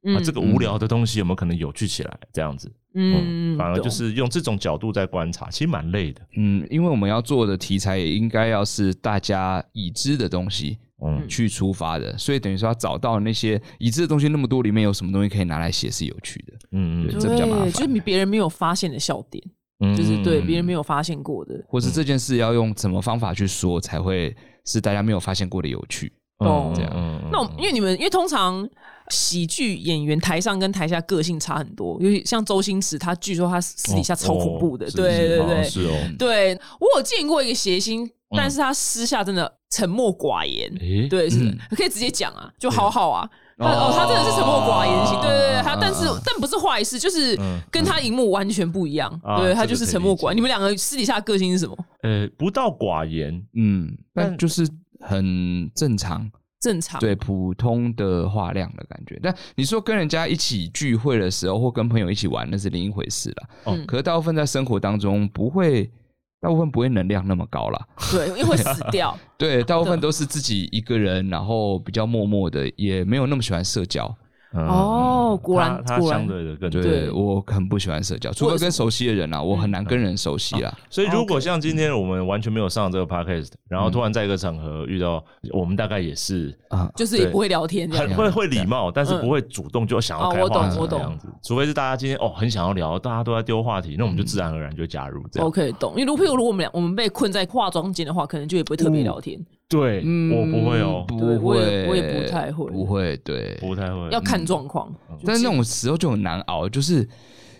S3: 嗯，
S2: 啊，这个无聊的东西有没有可能有趣起来？这样子，
S3: 嗯，
S2: 反而就
S3: 懂
S2: 是用这种角度在观察，其实蛮累的。
S1: 嗯，因为我们要做的题材也应该要是大家已知的东西
S2: 嗯，
S1: 去出发的，所以等于说要找到那些已知的东西那么多里面有什么东西可以拿来写是有趣的。
S2: 嗯
S1: 对
S2: 嗯
S1: 这比较麻
S3: 对，
S1: 烦
S3: 就是你别人没有发现的笑点，
S2: 嗯，
S3: 就是对别人
S2: 嗯
S3: 没有发现过的。
S1: 或是这件事要用什么方法去说，才会是大家没有发现过的有趣。
S3: 懂
S2: 嗯嗯嗯
S3: 那我因为你们，因为通常喜剧演员台上跟台下个性差很多，尤其像周星驰，他据说他私底下超恐怖的，
S2: 哦
S3: 对对
S2: 是
S3: 对
S2: 是哦，
S3: 对。我有见过一个谐星，但是他私下真的沉默寡言，
S2: 诶，
S3: 对，是的
S1: 嗯
S3: 可以直接讲啊，就好好啊。他
S1: 哦
S3: 哦，他真的是沉默寡言
S2: 哦
S3: 型，对对对，
S1: 嗯
S3: 他
S1: 嗯
S3: 但是
S1: 嗯
S3: 但不是坏事，就是
S2: 嗯
S3: 跟他荧幕完全不一样，
S2: 啊
S3: 对他
S2: 这个
S3: 就是
S2: 可以
S3: 沉默
S2: 理
S3: 寡
S2: 解
S3: 言。你们两个私底下个性是什么？
S2: 呃，不到寡言，
S1: 嗯，但
S2: 但
S1: 就是很正常，
S3: 正常，
S1: 对普通的话量的感觉。但你说跟人家一起聚会的时候，或跟朋友一起玩，那是另一回事啦。
S2: 哦
S3: 嗯
S1: 可是大部分在生活当中不会，大部分不会能量那么高啦。
S3: 对，因为会死掉。
S1: 对，大部分都是自己一个人，然后比较默默的，也没有那么喜欢社交。
S2: 嗯，
S3: 哦，果
S2: 他
S3: 然
S2: 他
S3: 果
S2: 相
S3: 然，
S2: 对的更
S1: 对，
S3: 对
S1: 我很不喜欢社交，除非跟熟悉的人啦、
S3: 嗯
S1: 我很难跟人熟悉啦。
S2: 所以如果像今天我们完全没有上这个 podcast，然后突然在一个场合遇到，我们大概也是
S1: 啊，
S3: 就是也不会聊天这样
S2: 很。会会礼貌，但是不会主动就想要
S3: 哦
S2: 开
S3: 我懂
S2: 话题
S3: 我
S2: 这
S3: 懂
S2: 样子，除非是大家今天哦很想要聊，大家都在丢话题，那我们就自
S1: 啊
S2: 然而然就加入这样。
S3: 哦 OK，懂。因为如譬如如果我们俩我们被困在化妆间的话，可能就也不会特别聊天。
S2: 对，我不会哦，
S1: 嗯不
S3: 对
S1: 会，
S3: 我也我也不太会
S1: 不会，对。
S2: 不太会。
S3: 要看状况。
S1: 但是那种时候就很难熬，就是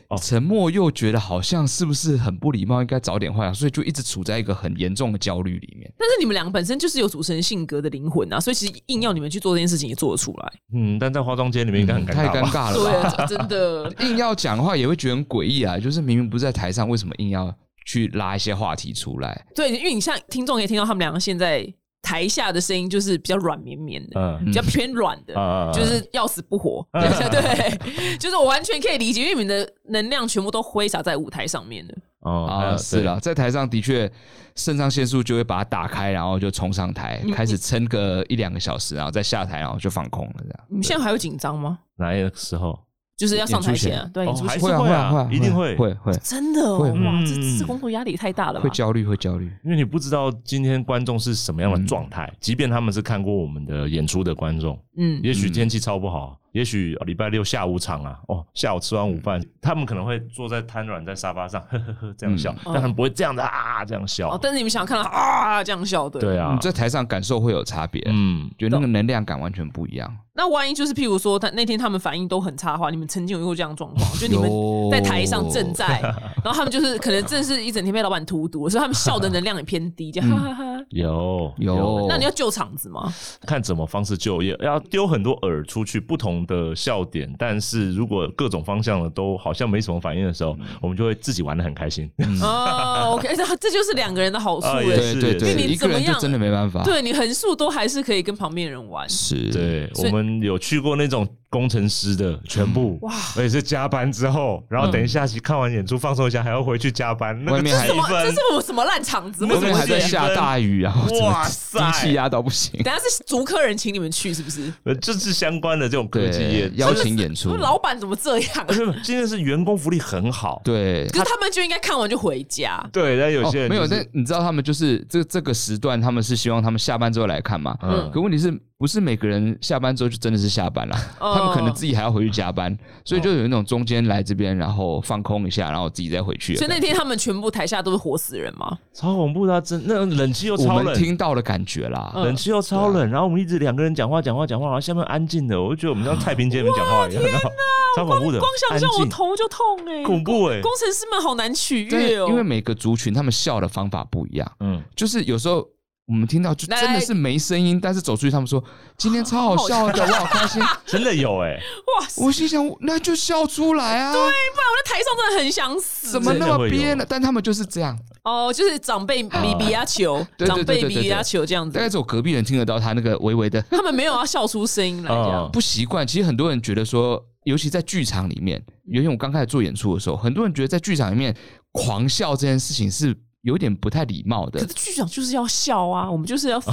S2: 哦
S1: 沉默又觉得好像是不是很不礼貌，应该早点换，啊所以就一直处在一个很严重的焦虑里面。
S3: 但是你们两个本身就是有主持人性格的灵魂啊，所以其实硬要你们去做这件事情也做得出来。
S2: 嗯，但在化妆间里面应该很尴尬
S1: 嗯
S2: 吧
S1: 太尴尬了
S3: 对
S1: 吧？
S3: 啊，真的。
S1: 硬要讲话也会觉得很诡异啊，就是明明不是在台上，为什么硬要去拉一些话题出来？
S3: 对，因为你像听众可以听到他们两个现在台下的声音就是比较软绵绵的，
S2: 嗯
S3: 比较偏软的，
S1: 嗯
S2: 啊
S3: 就是要死不活。对， 就是我完全可以理解，因为你们的能量全部都挥洒在舞台上面的。
S2: 哦还
S1: 啊，
S2: 有
S1: 是啦，在台上的确肾上腺素就会把它打开，然后就冲上台，
S2: 嗯
S1: 开始撑个一两个小时，然后再下台，然后就放空了这样。
S3: 你们现在还会紧张吗？
S2: 哪一个时候？
S3: 就是要上台前、
S1: 演
S3: 啊，对，
S2: 哦
S3: 演出
S2: 还
S3: 前
S2: 是会啊
S1: 啊啊
S2: 一定会
S1: 会会
S3: 真的哦，
S1: 会
S3: 哇，
S2: 嗯
S3: 这这工作压力也太大了吧
S1: 会？焦虑，会焦虑。
S2: 因为你不知道今天观众是什么样的状态，即便他们是看过我们的演出的观众，
S3: 嗯，
S2: 也许天气超不好，也许礼拜六下午场啊，哦，下午吃完午
S3: 嗯
S2: 饭，他们可能会坐在瘫软在沙发上，呵呵呵这样笑，但他们不会这样的啊这样笑
S3: 嗯哦，，但是你们想要看到啊这样笑，对。
S2: 对啊
S1: 嗯你，在台上感受会有差别，啊
S2: 嗯，
S1: 觉得那个能量感完全不一样。
S3: 那万一就是譬如说，他那天他们反应都很差的话，你们曾经有过这样的状况，就你们
S1: 有
S3: 在台上 正在，然后他们就是可能真的是一整天被老板荼毒，所以他们笑的能量也偏低，这样哈哈
S1: 嗯
S3: 哈。
S2: 有
S1: 有，
S3: 那你要救场子吗？
S2: 看怎么方式就业，要丢很多饵出去，不同的笑点。但是如果各种方向的都好像没什么反应的时候，
S3: 嗯
S2: 我们就会自己玩的很开心。
S1: 嗯
S3: 哦，OK，哎 这这就是两个人的好处
S2: 啊
S3: 哎
S1: 对
S2: 也。是
S1: 对
S2: 是
S1: 对，
S3: 你
S1: 一
S3: 怎
S1: 个
S3: 么
S1: 人就
S3: 样
S1: 真的没办法。
S3: 对你横竖都还是可以跟旁边人玩，
S1: 是，
S2: 对
S3: 所
S2: 我
S3: 以
S2: 们有去过那种工程师的全部，
S3: 哇
S2: 而且是加班之后，然后等一下去看完演出放松一下，还要回去加班，那
S1: 外
S2: 个
S1: 面还
S3: 什
S2: 气
S3: 么？这
S2: 氛
S3: 是我什么烂场子？
S2: 那
S3: 为
S1: 后
S3: 什
S2: 怎
S1: 面
S3: 么
S2: 么
S1: 还
S3: 会这
S1: 在下
S3: 样？
S1: 大雨啊，我真的
S2: 哇塞
S1: 低气压到不行。
S3: 等一下是逐客人请你们去是不是？
S2: 呃，这是相关的这种科技业
S1: 对，。邀请演出，
S3: 老板怎么这样啊
S2: 而？且今天是员工福利很好，
S1: 对，
S3: 可是他们就应该看完就回家。
S2: 对，但有些
S1: 哦、
S2: 人
S1: 没有，
S2: 就是
S1: 但你知道他们就是这这个时段，他们是希望他们下班之后来看嘛？
S2: 嗯
S1: 可问题是不是每个人下班之后就真的是下班了？
S3: 哦
S1: 他们可能自己还要回去加班，所以就有那种中间来这边，然后放空一下，然后自己再回去的
S3: 所以
S1: 感觉。
S3: 那天他们全部台下都是活死人吗？
S2: 超恐怖的啊，真那冷气又超
S1: 我
S2: 冷
S1: 们，听到的感觉啦，
S3: 嗯
S2: 冷气又超冷，然后我们一直两个人讲话讲话讲话，然后下面安静的，我就觉得我们像太平间里面讲话一样， 然后超恐怖的，
S3: 光想象我
S2: 安静
S3: 头就痛哎、
S2: 恐怖 哎，
S3: 工程师们好难取
S1: 但是
S3: 悦哦、
S1: 因为每个族群他们笑的方法不一样，
S2: 嗯，
S1: 就是有时候。我们听到就
S3: 来
S1: 真的是没声音，但是走出去他 们说今天超好笑的，我好开心。
S2: 真的有哎，
S3: 哇塞，
S1: 我心想那就笑出来啊，
S3: 我在台上真的很想死。
S1: 怎么那
S2: 真的
S1: 么
S2: 会有
S1: 憋呢？但他们就是这样，
S3: 哦，就是长辈比比阿球，
S1: 对对对
S3: 长辈
S1: 对对
S3: 比
S1: 对
S3: 比阿球这样
S1: 大概
S3: 子，
S1: 只有隔壁人听得到他那个微微
S2: 嗯
S1: 的
S3: 他们没有要笑出声音来这样。
S2: 啊，
S1: 不习惯。其实很多人觉得说，尤其在剧场里面，
S2: 嗯
S1: 尤其我刚开始做演出的时候，很多人觉得在剧场里面狂笑这件事情是有点不太礼貌的
S3: 可是。剧场就是要笑啊，我们就是要
S1: 哦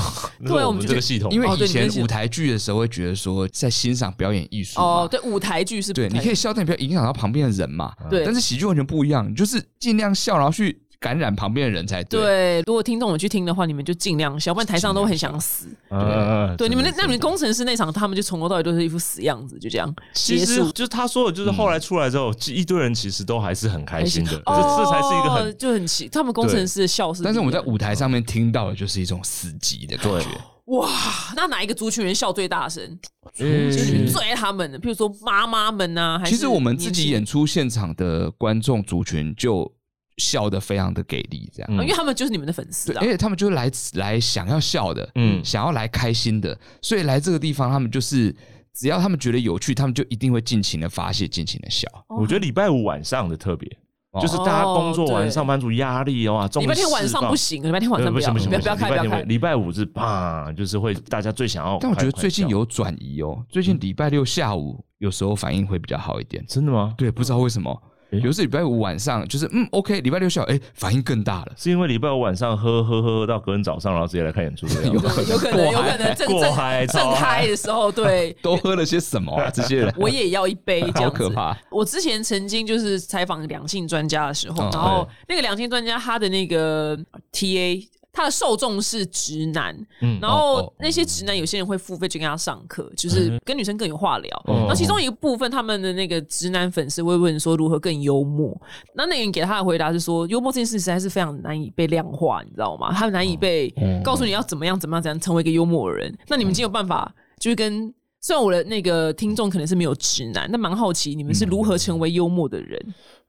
S2: 那
S3: 对，
S2: 是
S3: 我
S2: 我
S3: 们
S2: 们
S3: 就
S2: 这个
S3: 是
S2: 系统，
S1: 因为
S3: 哦对
S1: 以前
S3: 你们
S1: 舞台剧的时候，会觉得说在欣赏表演艺术嘛
S3: 哦，对，舞台剧是
S1: 对，
S3: 不太
S1: 你可以笑，但你不要影响到旁边的人嘛。
S3: 对
S1: 但是喜剧完全不一样，你就是尽量笑，然后去感染旁边的人才对。
S3: 对。如果听众有去听的话，你们就尽量笑，不然台上都很想死。
S2: 嗯嗯嗯
S3: 对，你们那
S2: 真的
S3: 那你们工程师那场，他们就从头到尾都是一副死样子，就这样
S2: 其
S3: 结
S2: 实
S3: 束。嗯
S2: 就是他说的，就是后来出来之后，一堆人其实都还是很开心的，这
S3: 哦，
S2: 这才是一个很
S3: 就很奇，他们工程师的笑是不一样的，
S1: 但是我们在舞台上面听到的就是一种死寂的感觉，
S3: 哇，那哪一个族群人笑最大声？
S1: 嗯
S3: 最爱他们的，譬如说妈妈们呐、啊，还是
S1: 其实我们自己
S3: 年轻人
S1: 演出现场的观众族群就笑得非常的给力，这样。
S3: 啊因为他们就是你们的粉丝
S1: 对，
S3: 啊
S1: 而。且他们就是来来想要笑的，
S2: 嗯
S1: 嗯，想要来开心的，所以来这个地方，他们就是只要他们觉得有趣，他们就一定会尽情的发泄，尽情的笑。
S2: 我觉得礼拜五晚上的特别，就是大家工作
S3: 哦哦对
S2: 完，上班族压力哦哇，
S3: 礼
S2: 礼
S3: 拜天晚上不，行，礼拜天晚
S2: 对
S3: 上
S2: 不
S3: 不要，
S2: 呃行不行，
S3: 不要不要
S2: 行
S3: 开，不要
S2: 礼拜天
S3: 开
S2: 晚。礼拜五是啪，就是会大家最想要开。
S1: 但我觉得最近
S2: 哦开笑
S1: 有转移哦，最近礼拜六下午有时候反应会比较好一点。
S2: 真的吗？
S1: 对，
S3: 嗯
S1: 不知道为什么，
S2: 诶
S1: 有时候礼拜五晚上就是嗯 OK，礼拜六下午哎、反应更大了。
S2: 是因为礼拜五晚上喝喝喝喝到隔天早上，然后直接来看演出 的样子。
S1: 啊
S3: 对 有可能，有可能正
S2: 过
S3: 正
S2: 嗨超
S3: 正
S2: 嗨
S3: 嗨的时候，对
S1: 都喝了些什么 啊？这些人
S3: 我也要一杯，这
S1: 好
S3: 样
S1: 可
S3: 子。
S1: 怕。
S3: 我之前曾经就是采访两性专家的时候，
S1: 嗯
S3: 然后那个两性专家他的那个 T A 他的受众是直男，
S2: 嗯
S3: 然
S1: 哦
S3: 后
S1: 哦嗯
S3: 那些直男有些人会付费去跟他上课，就是跟女生更有话聊。
S2: 哦
S3: 然后其中一个部分，他们的那个直男粉丝会问说如何更幽默，那那个人给他的回答是说，幽默这件事实在是非常难以被量化，你知道吗？他难以被
S1: 哦
S3: 告诉你要怎么样怎么样怎样成为一个幽默的人。那你们已经有办法，就是跟。虽然我的那个听众可能是没有直男，但蛮好奇你们是如何成为幽默的人。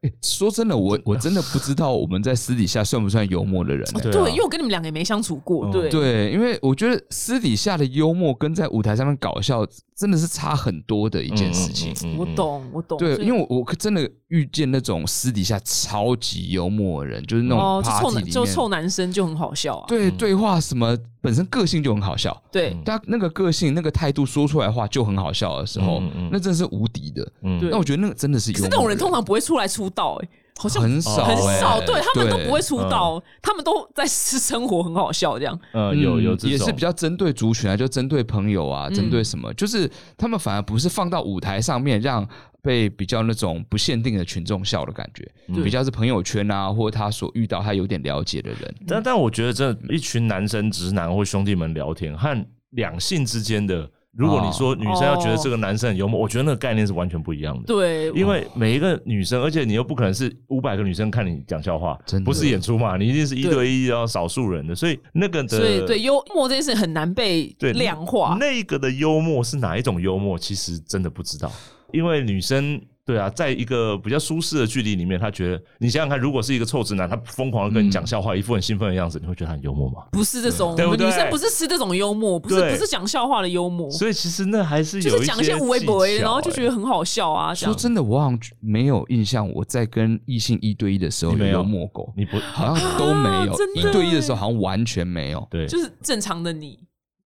S1: 欸说真的， 我我真的不知道我们在私底下算不算幽默的人、欸。
S2: 对啊
S3: 对，因为我跟你们两个也没相处过，
S2: 嗯
S3: 对
S1: 对，因为我觉得私底下的幽默跟在舞台上面搞笑真的是差很多的一件事情。
S2: 嗯
S3: 我。懂，我懂。
S1: 对，
S3: 所以
S1: 因为我我真的遇见那种私底下超级幽默的人，就是那
S3: 哦
S1: 种，
S3: 就
S1: party
S3: 臭
S1: 里
S3: 男
S1: 面，
S3: 就臭男生就很好笑啊。
S1: 对对话什么本身个性就很好笑，
S3: 对
S2: 嗯
S1: 他啊那个个性那个态度说出来的话就很好笑的时候
S2: 嗯嗯嗯，
S1: 那真的是无敌的。
S2: 嗯
S3: 对
S1: 那我觉得那个真的是幽
S3: 可
S1: 默
S3: 是
S1: 人，
S3: 那种人通常不会出来出道，哎，好像
S1: 很
S2: 哦
S1: 少
S3: 很
S1: 欸
S3: 少，对他们都不会出道，他们都在 私生活很好笑这样。
S2: 嗯，有有这种嗯
S1: 也是比较针对族群啊，就针对朋友啊，针对什么，就是他们反而不是放到舞台上面让被比较那种不限定的群众笑的感觉，
S2: 嗯
S1: 比较是朋友圈啊，或者他所遇到他有点了解的人，
S2: 但但我觉得，真的，一群男生直男或兄弟们聊天和两性之间的，如果你说女生要觉得这个男生很幽默，我觉得那个概念是完全不一样的。
S3: 对，
S2: 因为每一个女生，而且你又不可能是五百个女生看你讲笑话
S1: 真，的
S2: 不是演出嘛，你一定是一对一，然后少数人的，所以那个的，
S3: 所以对幽默这件事很难被
S2: 对
S3: 量化。
S2: 那个的幽默是哪一种幽默，其实真的不知道，因为女生。对啊，在一个比较舒适的距离里面，她觉得你想想看，如果是一个臭直男，他疯狂的跟你讲笑话，一副很兴奋的样子，你会觉得他很幽默吗？
S3: 不是这种，
S2: 对
S3: 我们
S2: 对不对
S3: 女生不是吃这种幽默，不是
S2: 对
S3: 不是讲笑话的幽默，
S2: 所以其实那还是
S3: 就
S2: 有
S3: 是讲一些无微
S2: 技
S3: 不为，
S2: 巧
S3: 然后就
S2: 欸
S3: 觉得很好笑啊，这
S1: 说
S3: 样。
S1: 真的，我好像没有印象我在跟异性一对一的时候
S2: 你没有
S1: 幽默过，
S2: 你不
S1: 好像都没有，
S3: 啊真的
S1: 一对一的时候好像完全没有，
S2: 对
S3: 就是正常的你，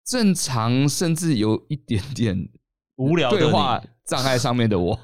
S1: 正常甚至有一点 点
S2: 无聊的
S1: 对
S2: 你
S1: 话障碍上面的 我。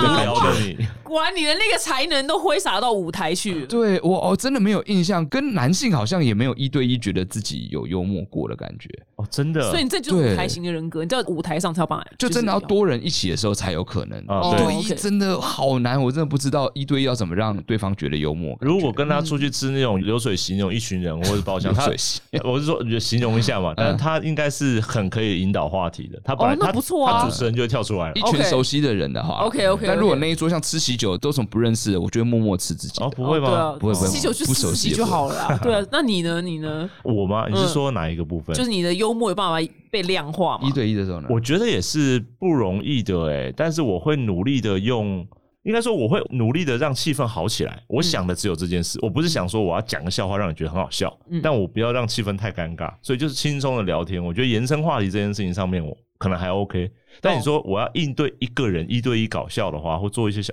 S2: 无聊的你，
S3: 果然你的那个才能都挥洒到舞台去了。
S1: 对我哦，真的没有印象，跟男性好像也没有一对一觉得自己有幽默过的感觉，
S2: 哦，真的，
S3: 所以你这就是
S1: 对
S3: 舞台型的人格，你在舞台上才有办法，
S1: 就真的要
S3: 是
S1: 多人一起的时候才有可能。
S2: 啊
S1: 一
S2: 对
S1: 对
S3: 哦
S1: 一
S3: ，OK
S1: 真的好难，我真的不知道一对一要怎么让对方觉得幽默感。
S2: 如果跟他出去吃那种流水席那种一群 人或者包厢，他
S1: 流水席嗯
S2: 我是说形容一下嘛，但是他应该是很可以引导话题的，他本来
S3: 哦那
S2: 他
S3: 不错啊
S2: 他主持人就会跳出来了
S1: 一。群
S3: OK
S1: 熟悉的人的话
S3: OK，OK，OK
S1: 但如果那一桌像吃喜酒都从不认识的，我就会默默吃自己的。
S2: 哦，不会吗
S3: 哦？
S1: 不会不会
S3: 喜酒去
S1: 不熟悉
S3: 实习
S1: 也
S3: 就
S1: 不会
S3: 好了啊。对啊，那你呢？你呢？
S2: 我吗？你是说哪一个部分？
S3: 就是你的幽默有办法被量化嘛
S1: 一？对一的时候呢，
S2: 我觉得也是不容易的哎、但是我会努力的用，应该说我会努力的让气氛好起来。我想的只有这件事，我不是想说我要讲个笑话让你觉得很好笑，但我不要让气氛太尴尬，所以就是轻松的聊天。我觉得延伸话题这件事情上面，我可能还 OK。但你说我要应对一个人一对一搞笑的话，或做一些小，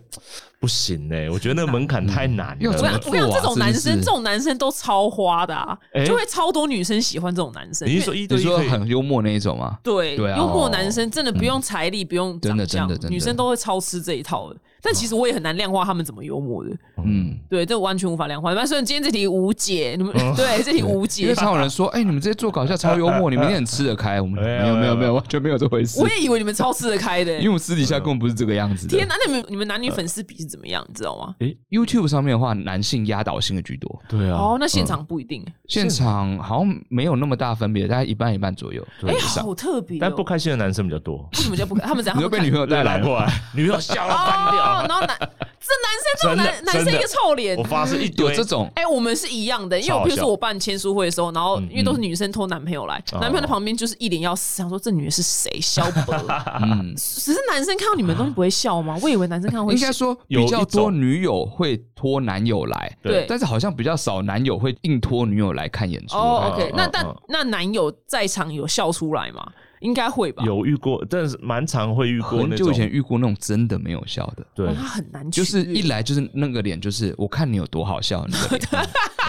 S2: 不行哎、我觉得那个门槛太难
S1: 要怎
S3: 我
S1: 么
S2: 了。
S3: 想，我想
S1: 做啊
S3: 这种男
S1: 真
S3: 生，
S1: 的是
S3: 这种男生都超花的啊
S2: 哎，
S3: 就会超多女生喜欢这种男生。
S2: 你
S3: 因
S2: 是
S3: 为
S2: 说一
S1: 你
S2: 对一
S1: 说
S2: 可以？
S1: 很幽默那一种吗？
S3: 对
S1: 对啊哦嗯
S3: 幽默男生真的不用财力，不用
S1: 真的
S3: 长相
S1: 真的真的
S3: 女生都会超吃这一套的。但其实我也很难量化他们怎么幽默的，
S2: 哦
S1: 嗯，
S3: 对，这完全无法量化。那所以今天这题无解，你们 对这题无
S1: 哦因
S3: 解
S1: 为。常有人说，哎，你们这些做搞笑超幽 默，你们一定很吃得开。我们
S2: 没 有
S1: 没有没
S2: 没
S1: 有
S2: 有
S1: 没
S2: 没
S1: 有，
S2: 有
S1: 完全没有这回事
S3: 我。也以为你们超吃得开的欸
S1: 因为，我私底下根本不是这个样子的。
S3: 天哪！那你们你们男女粉丝比是怎么样？你知道吗？
S1: YouTube 上面的话，男性压倒性的居多，
S2: 对啊，
S3: 哦，那
S1: 呃
S3: 现场不一定。
S1: 现场好像没有那么大分别，大概一半一半左右。
S3: 哎
S1: 对，上
S3: 好特别哦。
S2: 但不开心的男生比较多，
S3: 为什么叫不开？他们怎 样？
S1: 你
S3: 他
S1: 又
S3: 们
S1: 被女朋友带来
S2: 来
S1: 了，
S2: 过来，女朋友笑到翻
S3: 哦，
S2: 掉。
S3: 然后 男这男生这种男
S2: 真的
S3: 男生一个臭脸
S2: 我。发誓一堆
S1: 有这种
S3: 哎、我们是一样的，因为
S2: 超
S3: 我
S2: 好
S3: 譬如
S2: 笑
S3: 说我办签书会的时候，然后因为都是女生托男朋友来，
S2: 嗯
S3: 男朋友在旁边就是一脸要死，想说这女人是 谁，肖博。
S1: 嗯，
S3: 只是男生看到你们东西不会笑 吗？我以为男生看到会
S1: 应
S3: 笑
S1: 该。说
S2: 有
S1: 比
S2: 一
S1: 较多
S2: 种
S1: 女友会托男友来，
S3: 对
S1: 但是好像比较少男友会硬托女友来看演出。
S3: 哦、
S2: 嗯
S3: o k
S2: 嗯
S3: 那
S2: 嗯
S3: 但
S2: 嗯
S3: 那男友在场有笑出来吗？应该会吧。
S2: 有遇过，但是蛮常会遇过
S1: 很
S2: 那
S1: 久
S2: 种
S1: 以。前遇过那种真的没有笑的，
S2: 对
S3: 哦哇，，他很难取
S1: 就
S3: 悦，
S1: 是一来就是那个脸，就是我看你有多好笑，你的脸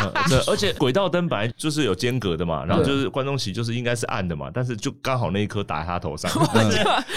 S2: 嗯对，而且轨道灯本来就是有间隔的嘛，然后就是观众席就是应该是暗的嘛，但是就刚好那一颗打在他 头上，嗯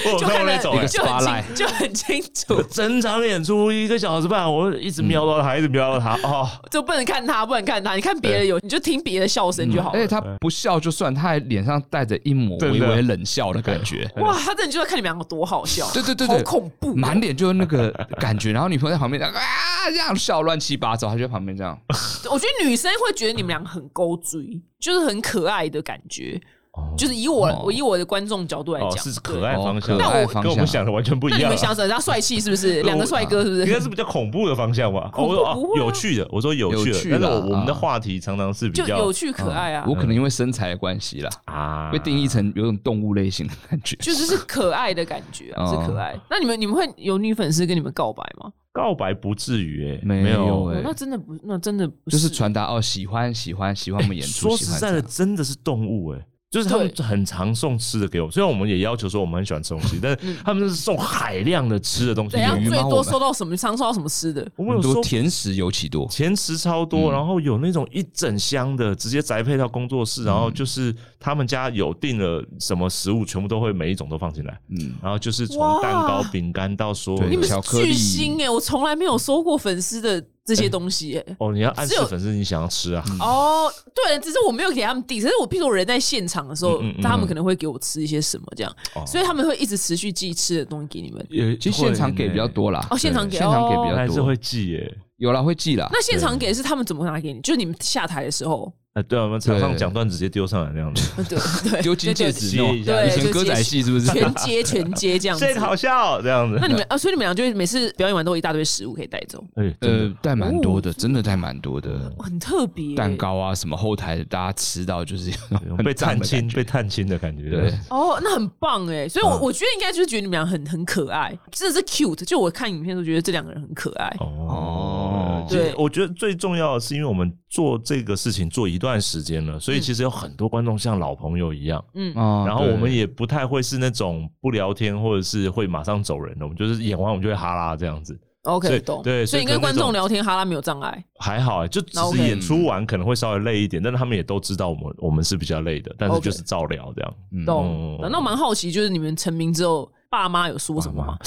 S2: 我有
S3: 就
S2: 看过
S3: 看
S2: 那
S3: 得
S2: 种、
S1: 一个
S2: 欸。
S3: 就很
S1: spotlight
S3: 清就很清楚，
S2: 整场演出一个小时半，我一直瞄到他，一直瞄到他，哦，
S3: 就不能看他，不能看他，你看别的有，你就听别的笑声就好
S1: 而
S3: 了。
S1: 嗯哎且他不笑就算，他还脸上带着一抹
S2: 真
S1: 微
S2: 的
S1: 微冷笑的感觉。
S3: 哇，他真的就在看你们两个多好笑，
S1: 对对对对，
S3: 好恐怖哦，
S1: 满脸就是那个感觉，然后女朋友在旁边这样啊，这样笑乱七八糟，她就在旁边这样，
S3: 哦，我觉得女生会觉得你们俩很勾追，就是很可爱的感觉。
S1: 哦
S3: 就是以我我以我的观众角度来
S2: 哦，
S3: 讲，
S2: 是
S3: 对
S2: 可爱方
S1: 嗯
S2: 向，
S1: 对哦可爱方向
S2: 跟我们想的完全不一
S3: 那你
S2: 样啊
S3: 们。想什么？他帅气是不是？两个帅哥是不
S2: 应该
S3: 是？
S2: 是比较恐怖的方向吧？哦，
S3: 恐怖
S2: 我说啊
S3: 不会啊
S2: 有趣的，我说有
S1: 有
S2: 趣
S1: 趣
S2: 的，但是
S1: 啦
S2: 我我们的
S1: 啊
S2: 话题常常是比
S3: 就
S2: 较
S3: 有趣 可爱啊
S1: 我，可能因为身材的关系啦，
S2: 啊
S1: 被定义成有种动物类型的感觉。
S3: 就是是可爱的感觉啊，
S1: 哦
S3: 是可爱。那你们你们会有女粉丝跟你们告白吗？
S2: 告白不至于，哎，
S1: 没有
S2: 哎
S1: 欸
S3: 哦那真的不，那真的不哎
S1: 就是传达哦，喜欢喜欢喜欢我们演出，
S2: 说
S1: 喜
S2: 实
S1: 欢
S2: 在
S1: 这
S2: 的，
S1: 样
S2: 真的是动物哎、就是他们
S3: 对
S2: 很常送吃的给我，虽然我们也要求说我们很喜欢吃东 西，但是他们是送海量的吃的东西
S3: 怎
S2: 给
S3: 样
S1: 有
S2: 我。
S1: 鱼
S3: 最
S1: 吗
S3: 多
S1: 我们
S3: 收到什么？常收到什么吃的？
S2: 我们
S1: 很
S2: 有
S1: 多
S2: 说
S1: 甜嗯食尤其多，
S2: 前十超多，然后有那种一整箱的，直接宅配到工作
S1: 嗯
S2: 室，然后就是他们家有订了什么食物，全部都会每一种都放进来，
S1: 嗯，
S2: 然后就是从
S3: 哇
S2: 蛋糕、饼干到所
S1: 对
S3: 你
S2: 有
S3: 们
S2: 的。
S3: 是
S1: 巧克力
S3: 巨星哎、我从来没有收过粉丝的这些东西哎、
S2: 哦，你要暗示
S3: 只有
S2: 粉丝你想要吃啊？
S3: 哦，对，只是我没有给他们递，只是我譬如我人在现场的时候，
S2: 嗯嗯嗯
S3: 他们可能会给我吃一些什么这样，
S2: 哦
S3: 所以他们会一直持续寄吃的东西给你们。
S2: 也
S1: 其实现场给比较，多啦
S3: 哦，，现场给
S1: 现场给比
S3: 哦
S1: 较
S2: 还是
S1: 多，
S2: 会寄耶。
S1: 有啦会寄啦，
S3: 那现场给是他们怎么拿给你？就是你们下台的时候，
S2: 哎，对啊，我们场上
S1: 对
S2: 讲段直接丢上来那 样子，
S3: 对对，
S1: 丢金戒
S3: 对
S1: 指弄，以
S2: 对对
S1: 前歌仔戏是不是
S3: 对？全接全接这样子
S2: 这。个好笑这样子
S3: 那。你们啊，所以你们俩就是每次表演完都有一大堆食物可以带走，
S2: 哎，真的
S1: 呃，带蛮多
S3: 哦
S1: 的，真的带蛮多的。
S3: 很特别欸耶。
S1: 蛋糕啊，什么后台的，大家吃到就是有种呃 很
S2: 被
S1: 赞的
S2: 探
S1: 感
S2: 亲、
S1: 觉
S2: 被探亲的感觉。
S1: 对，
S3: 哦，那很棒哎，所以
S1: 嗯
S3: 我我觉得应该就是觉得你们俩很很可爱，真的是 cute。就我看影片都觉得这两个人很可爱。
S2: 哦
S1: 哦，
S2: 其实
S3: 对
S2: 我觉得最重要的是，因为我们做这个事情做一段时间了，所以其实有很多观众像老朋友一样。
S3: 嗯，
S1: 啊
S2: 然后我们
S1: 对
S2: 也不太会是那种不聊天，或者是会马上走人的，我们就是演完我们就会哈拉这样子，所
S3: OK，
S2: 以
S3: 懂。
S2: 对
S3: 所以你
S2: 所以
S3: 跟
S2: 跟
S3: 观
S2: 那
S3: 众
S2: 种
S3: 聊天哈拉没有障碍。
S2: 还好、欸，就只
S3: 那 OK
S2: 是演出完可能会稍微累一点，但是他们也都知道我们我们是比较累的，但是
S3: OK
S2: 就是照聊这样。
S1: 嗯
S3: 懂
S2: 嗯。
S3: 那我蛮好奇，就是你们成名之后，爸妈有说什么吗？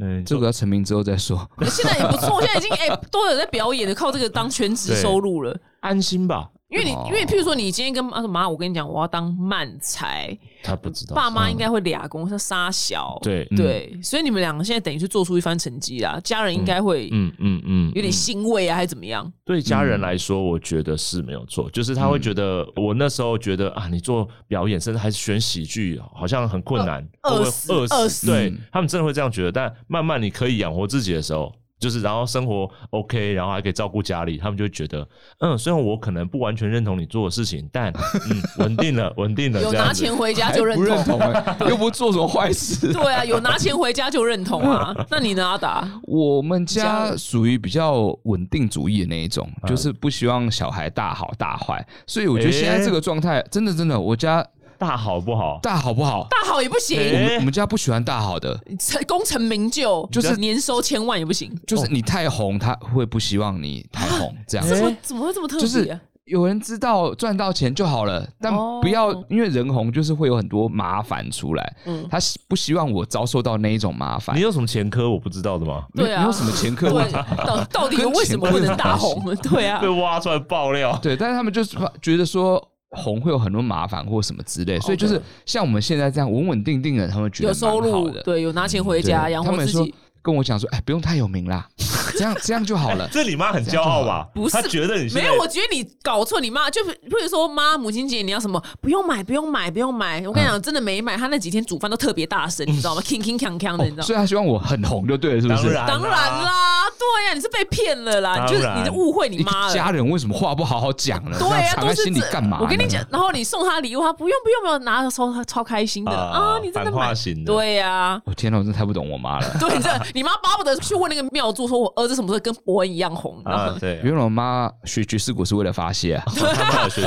S2: 嗯，
S1: 这个要成名之后再说。
S3: 现在也不错，现在已经哎、 都有在表演的，靠这个当全职收入了。
S2: 安心吧，
S3: 因为你，
S1: 哦
S3: 因为譬如说，你今天跟妈说啊妈，我跟你讲，我要当漫才，
S2: 他不知道
S3: 爸妈应该会俩公，像沙小，
S2: 嗯对，嗯
S3: 对，所以你们两个现在等于是做出一番成绩啦，家人应该会
S2: 嗯嗯嗯，
S3: 有点欣慰啊，还是怎么样？
S2: 对家人来说，我觉得是没有错，就是他会觉得我那时候觉得啊，你做表演，甚至还是选喜剧，好像很困难，
S3: 呃饿
S2: 会不会
S3: 饿死
S2: 饿
S3: 饿死
S2: 死，对
S1: 嗯
S2: 他们真的会这样觉得。但慢慢你可以养活自己的时候，就是然后生活 OK，然后还可以照顾家里，他们就会觉得，嗯，虽然我可能不完全认同你做的事情， 但嗯，稳定了，稳定了，
S3: 有
S2: 这
S3: 拿
S2: 样子。
S3: 钱回家
S1: 还
S3: 就认
S1: 不认
S3: 同，
S1: 同欸， 又不做什么坏 事。
S3: 对啊，有拿钱回家就认同啊。 那你呢，阿达？
S1: 我们
S3: 家
S1: 家属于比较稳定主义的那一种，
S2: 嗯
S1: 就是不希望小孩大好大坏，所以我觉得现在这个状态，真的真的，我家
S2: 大好不好？
S1: 大好不好？
S3: 大好也不
S1: 我
S3: 行，
S1: 们我们家不喜欢大好的，
S3: 成 功成名就
S1: 就是
S3: 年收千万也不行。
S2: 哦
S1: 就是你太红，他会不希望你太红， 这样
S3: 怎么怎么会这么特别、啊？
S1: 就是有人知道赚到钱就好了，但
S3: 哦
S1: 不要、因为人红就是会有很多麻烦出来，
S3: 嗯
S1: 他希不希望我遭受到那一种麻烦
S2: 你。有什么前科我不知道的吗？
S1: 没
S3: 对啊
S1: 没有什么前科问
S3: 对
S1: 题。，
S3: 到到底为什么不能大红？对啊
S2: 被，挖出来爆料，
S1: 对，但是他们就是怕觉得说红会有很多麻烦或什么之类，所以就是像我们现在这样稳稳定定的，他们觉得
S3: 哦有收
S1: 蛮好
S3: 入，
S1: 的，
S3: 对，有拿钱回
S1: 对
S3: 家养
S1: 他
S3: 活
S1: 们
S3: 自
S1: 说
S3: 己。
S1: 跟我讲说，哎，不用太有名啦，这样这样就好 了。
S2: 这你妈很骄傲吧？
S3: 不是
S2: 她觉得你现
S3: 没
S2: 在
S3: 有，我觉得你搞错，你妈就是，譬如说妈母亲节你要什么，不用买，不用买，不用买。我跟你讲，真的没买，她那几天煮饭都特别大声，你知道吗？king king king king 的，你知道
S1: 所 哦
S3: 吗？
S1: 以他希望我很红就对了，是不
S2: 当
S1: 是？
S2: 然
S3: 当然啦，对啊呀，你是被骗了啦，你就是
S2: 当然
S3: 你是误会你
S1: 一个
S3: 妈了。
S1: 家人为什么话不好好讲呢？
S3: 对
S1: 那
S3: 啊，
S1: 藏
S3: 都
S1: 在
S3: 是
S1: 心里
S3: 这
S1: 干嘛呢？
S3: 我跟你讲，然后你送她礼物，她不用不用不用，拿的时候她超开心的
S2: 啊
S3: 啊，你真的
S2: 反话
S3: 买
S2: 型？的
S3: 对呀，
S1: 我哦天哪，我真的太不懂我妈了。
S3: 对，这 你妈巴不得去问那个庙祝，说我儿子什么时候跟伯恩一样红，然后
S2: 啊，对，
S1: 原来我妈学爵士鼓是为了发泄啊。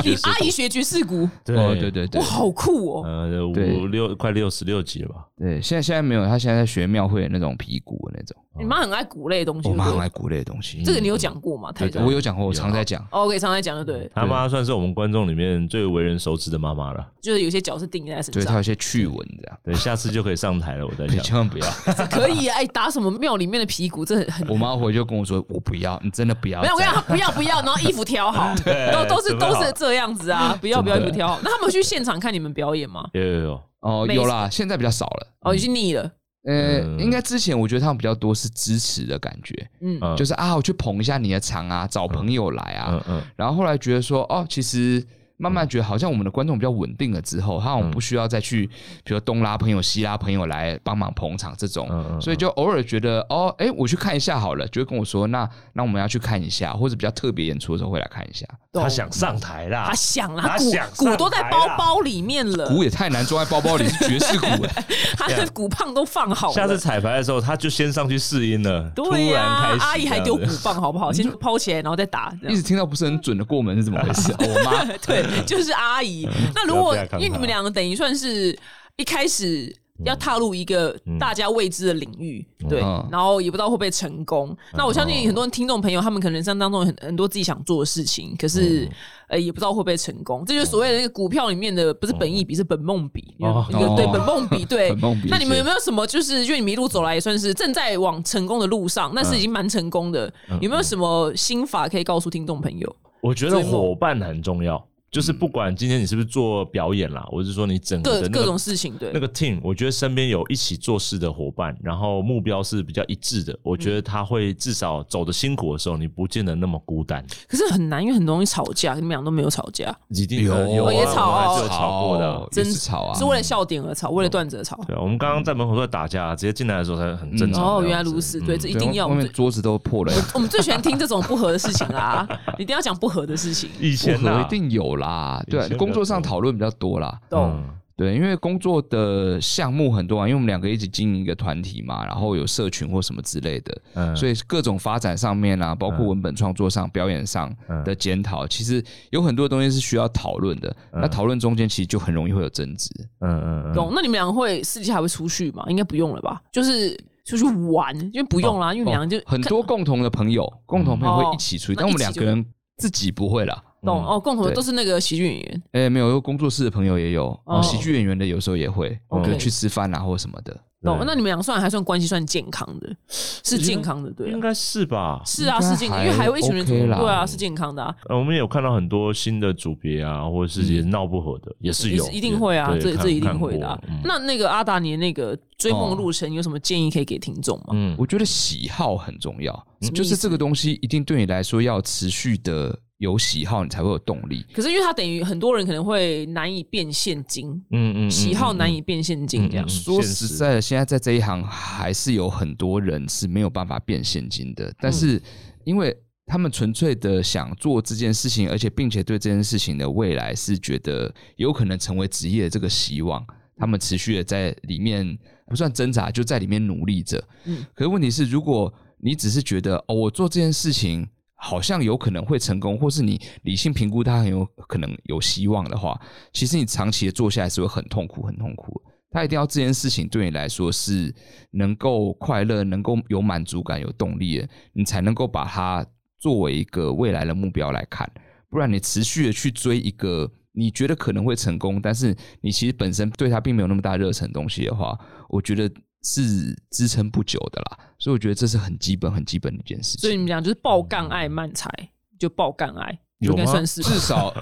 S3: 你 阿姨学爵士鼓，
S2: 对
S1: 哦， 对对对
S3: 哇，好酷哦！
S2: 呃，五
S1: 对
S2: 六快六十六集了吧？
S1: 对，现在现在没有，她现在在学庙会的那种皮鼓的那种。
S3: 你妈很爱鼓类的东西，
S1: 嗯哦我妈
S3: 嗯对
S1: 很
S3: 不对
S1: 爱鼓类的东西，
S3: 这个你有讲过吗？台哦长
S1: 我有嗯讲过，我常在讲。
S3: ，OK，常常讲的对，
S2: 他妈算是我们观众里面最为人熟知的妈妈了。
S3: 就是有些角是定在她身
S1: 对，它
S3: 上，
S1: 有一些趣闻这样。
S2: 对，下次就可以上台了。我在
S1: 你
S2: 想，
S1: 千万不 要！
S3: 可以啊哎打什么庙里面的皮鼓，这很很
S1: 我妈回去就跟我说：“我不要，你真的不要。”
S3: 没有，我跟你讲，她不要不要，然后衣服挑 好，都都是
S2: 准备好
S3: 都是这样子啊，不要不要衣
S2: 真的
S3: 服挑好。那他们去现场看你们表演吗？
S2: 有有有，
S1: 哦，
S3: 每次
S1: 有啦，现在比较少了。
S3: 哦，已经腻了，
S1: 呃，
S2: 嗯
S1: 应该之前我觉得他们比较多是支持的感觉，
S3: 嗯
S2: 嗯
S1: 就是啊，我去捧一下你的场啊，找朋友来啊。
S2: 嗯嗯
S1: 然后后来觉得说，哦，其实慢慢觉得好像我们的观众比较稳定了之后，他
S2: 嗯
S1: 好像不需要再去，比如东拉朋友、西拉朋友来帮忙捧场这种，
S2: 嗯嗯，
S1: 所以就偶尔觉得，哦，哎，我去看一下好了，就会跟我说，那那我们要去看一下，或者比较特别演出的时候会来看一 下。
S2: 他想上台啦，
S3: 他想啦，
S2: 他
S3: 鼓
S2: 想上
S3: 鼓都在
S2: 台
S3: 包
S2: 啦
S3: 包里面了，
S1: 鼓也太难装在包包里，是爵士鼓 哎，
S3: 他的鼓棒都放好了。
S2: 下次彩排的时候，他就先上去试音了，
S3: 对
S2: 突
S3: 呀、
S2: 然开始
S3: 阿姨还丢鼓
S2: 这样子嗯
S3: 棒好不好？先抛起来，然后再打。这
S1: 一
S3: 样
S1: 直听到不是很准的过门是怎哦么回事？我妈
S3: 对，就是阿姨。那如果
S2: 嗯不要看
S3: 因为你
S2: 她
S3: 们两个等于算是一开始要踏入一个
S2: 嗯
S3: 大家未知的领域，对
S1: 嗯，
S3: 然后也不知道会不会成功。
S2: 嗯
S3: 那我相信很多听众朋友，他们可能像当中有很很多自己想做的事情，可
S2: 嗯
S3: 是呃也不知道会不会成功。这就是所谓的那个股票里面的不是本益比，是本梦比。
S2: 哦
S3: 一个对
S1: 哦
S3: 本梦 比，对
S1: 本梦比
S3: 那你们
S1: 是
S3: 有没有什么就是因为你们一路走来也算是正在往成功的路上，
S2: 嗯
S3: 但是已经蛮成功的，有没有什么心法可以告诉听众朋友？
S2: 我觉得伙伴很重要，就是不管今天你是不是做表演啦，我是说你整个
S3: 各
S2: 的那
S3: 各
S2: 个
S3: 种事情，对
S2: 那。个 team，我觉得身边有一起做事的伙伴，然后目标是比较一致的，我觉得他会至少走的辛苦的时候，你不见得那么孤单。
S3: 可是很难，因为很容易吵架。你们俩都没有吵架，
S2: 一定
S1: 有
S2: 呃有啊
S3: 也吵
S2: 我们还
S3: 哦
S2: 是有吵过的。
S1: 也是吵啊，
S3: 是为了笑点而吵，为了段子而吵。
S2: 对啊，我们刚刚在门口都在打架，直接进来的时候嗯才很正常。
S3: 哦，原来如此，对，这一定要。我
S1: 外
S3: 们
S1: 面
S3: 最
S1: 桌子都破 了呀，
S3: 我们 最喜欢听这种不合的事情 啦，一定要讲不合的事情。
S2: 以
S1: 不
S2: 前
S1: 合
S2: 啊
S1: 一定有啦，对啊
S2: 以前比，较
S1: 工作上
S2: 多
S1: 讨论比较多啦，
S3: 懂？
S2: 嗯
S1: 对，因为工作的项目很多啊，因为我们两个一起经营一个团体嘛，然后有社群或什么之类的，
S2: 嗯
S1: 所以各种发展上面啊，包括文本创作上、表演上的检讨，其实有很多东西是需要讨论的。那讨论中间其实就很容易会有争执，
S2: 嗯嗯嗯，
S3: 懂？那你们俩会私底下还会出去吗？应该不用了吧？就是出去玩，因为不用啦，因为你们俩就
S1: 哦很多共同的朋友，共同朋友会一起出去，
S3: 哦
S1: 但我们
S3: 那一
S1: 两
S3: 起
S1: 个人自己不会啦。
S3: 懂哦，共同
S1: 嗯
S3: 的
S1: 对
S3: 都是那个喜剧演员。
S1: 哎，没有，有工作室的朋友也有，
S3: 哦
S1: 喜剧演员的有时候也会，
S3: OK
S1: 就去吃饭啊或什么的。
S3: 懂？
S2: 对
S3: 那你们俩算还算关系算健康的，是健康的，对
S2: 应
S3: 啊。
S2: 该是吧？
S3: 是啊，
S1: 应该
S3: 是健康，因为
S1: 还
S3: 还有一群人组
S1: OK 啦
S3: 对啊，是健康的啊，
S2: 呃，我们也有看到很多新的组别啊，或者是也闹不和的，也是有，
S3: 一定会啊，
S2: 对
S3: 这
S2: 看
S3: 这一定会的啊
S2: 看过嗯。
S3: 那那个阿达，你的那个追
S1: 哦
S3: 梦路程有什么建议可以给听众吗？
S2: 嗯，
S1: 我觉得喜好很重要，
S3: 么
S1: 就
S3: 意
S1: 是
S3: 思
S1: 这个东西一定对你来说要持续的有喜好，你才会有动力。
S3: 可是因为他等于很多人可能会难以变现金，
S2: 嗯嗯，
S3: 喜好难以变现金这样
S2: 嗯。
S1: 说
S2: 现
S1: 实
S2: 实
S1: 在的，现在在这一行还是有很多人是没有办法变现金的，但是因为他们纯粹的想做这件事情，而且并且对这件事情的未来是觉得有可能成为职业的这个希望，他们持续的在里面不算挣扎，就在里面努力着。
S3: 嗯
S1: 可是问题是，如果你只是觉得哦，我做这件事情。好像有可能会成功，或是你理性评估它很有可能有希望的话，其实你长期的做下来是会很痛苦、很痛苦的。他一定要这件事情对你来说是能够快乐、能够有满足感、有动力的，你才能够把它作为一个未来的目标来看。不然你持续的去追一个你觉得可能会成功，但是你其实本身对它并没有那么大热忱的东西的话，我觉得是支撑不久的啦。所以我觉得这是很基本、很基本的一件事
S3: 所以你
S1: 情。
S3: 们俩就是爆干爱漫才，就爆干爱，
S2: 有
S3: 应该
S2: 吗
S3: 算是 吧
S1: 至。少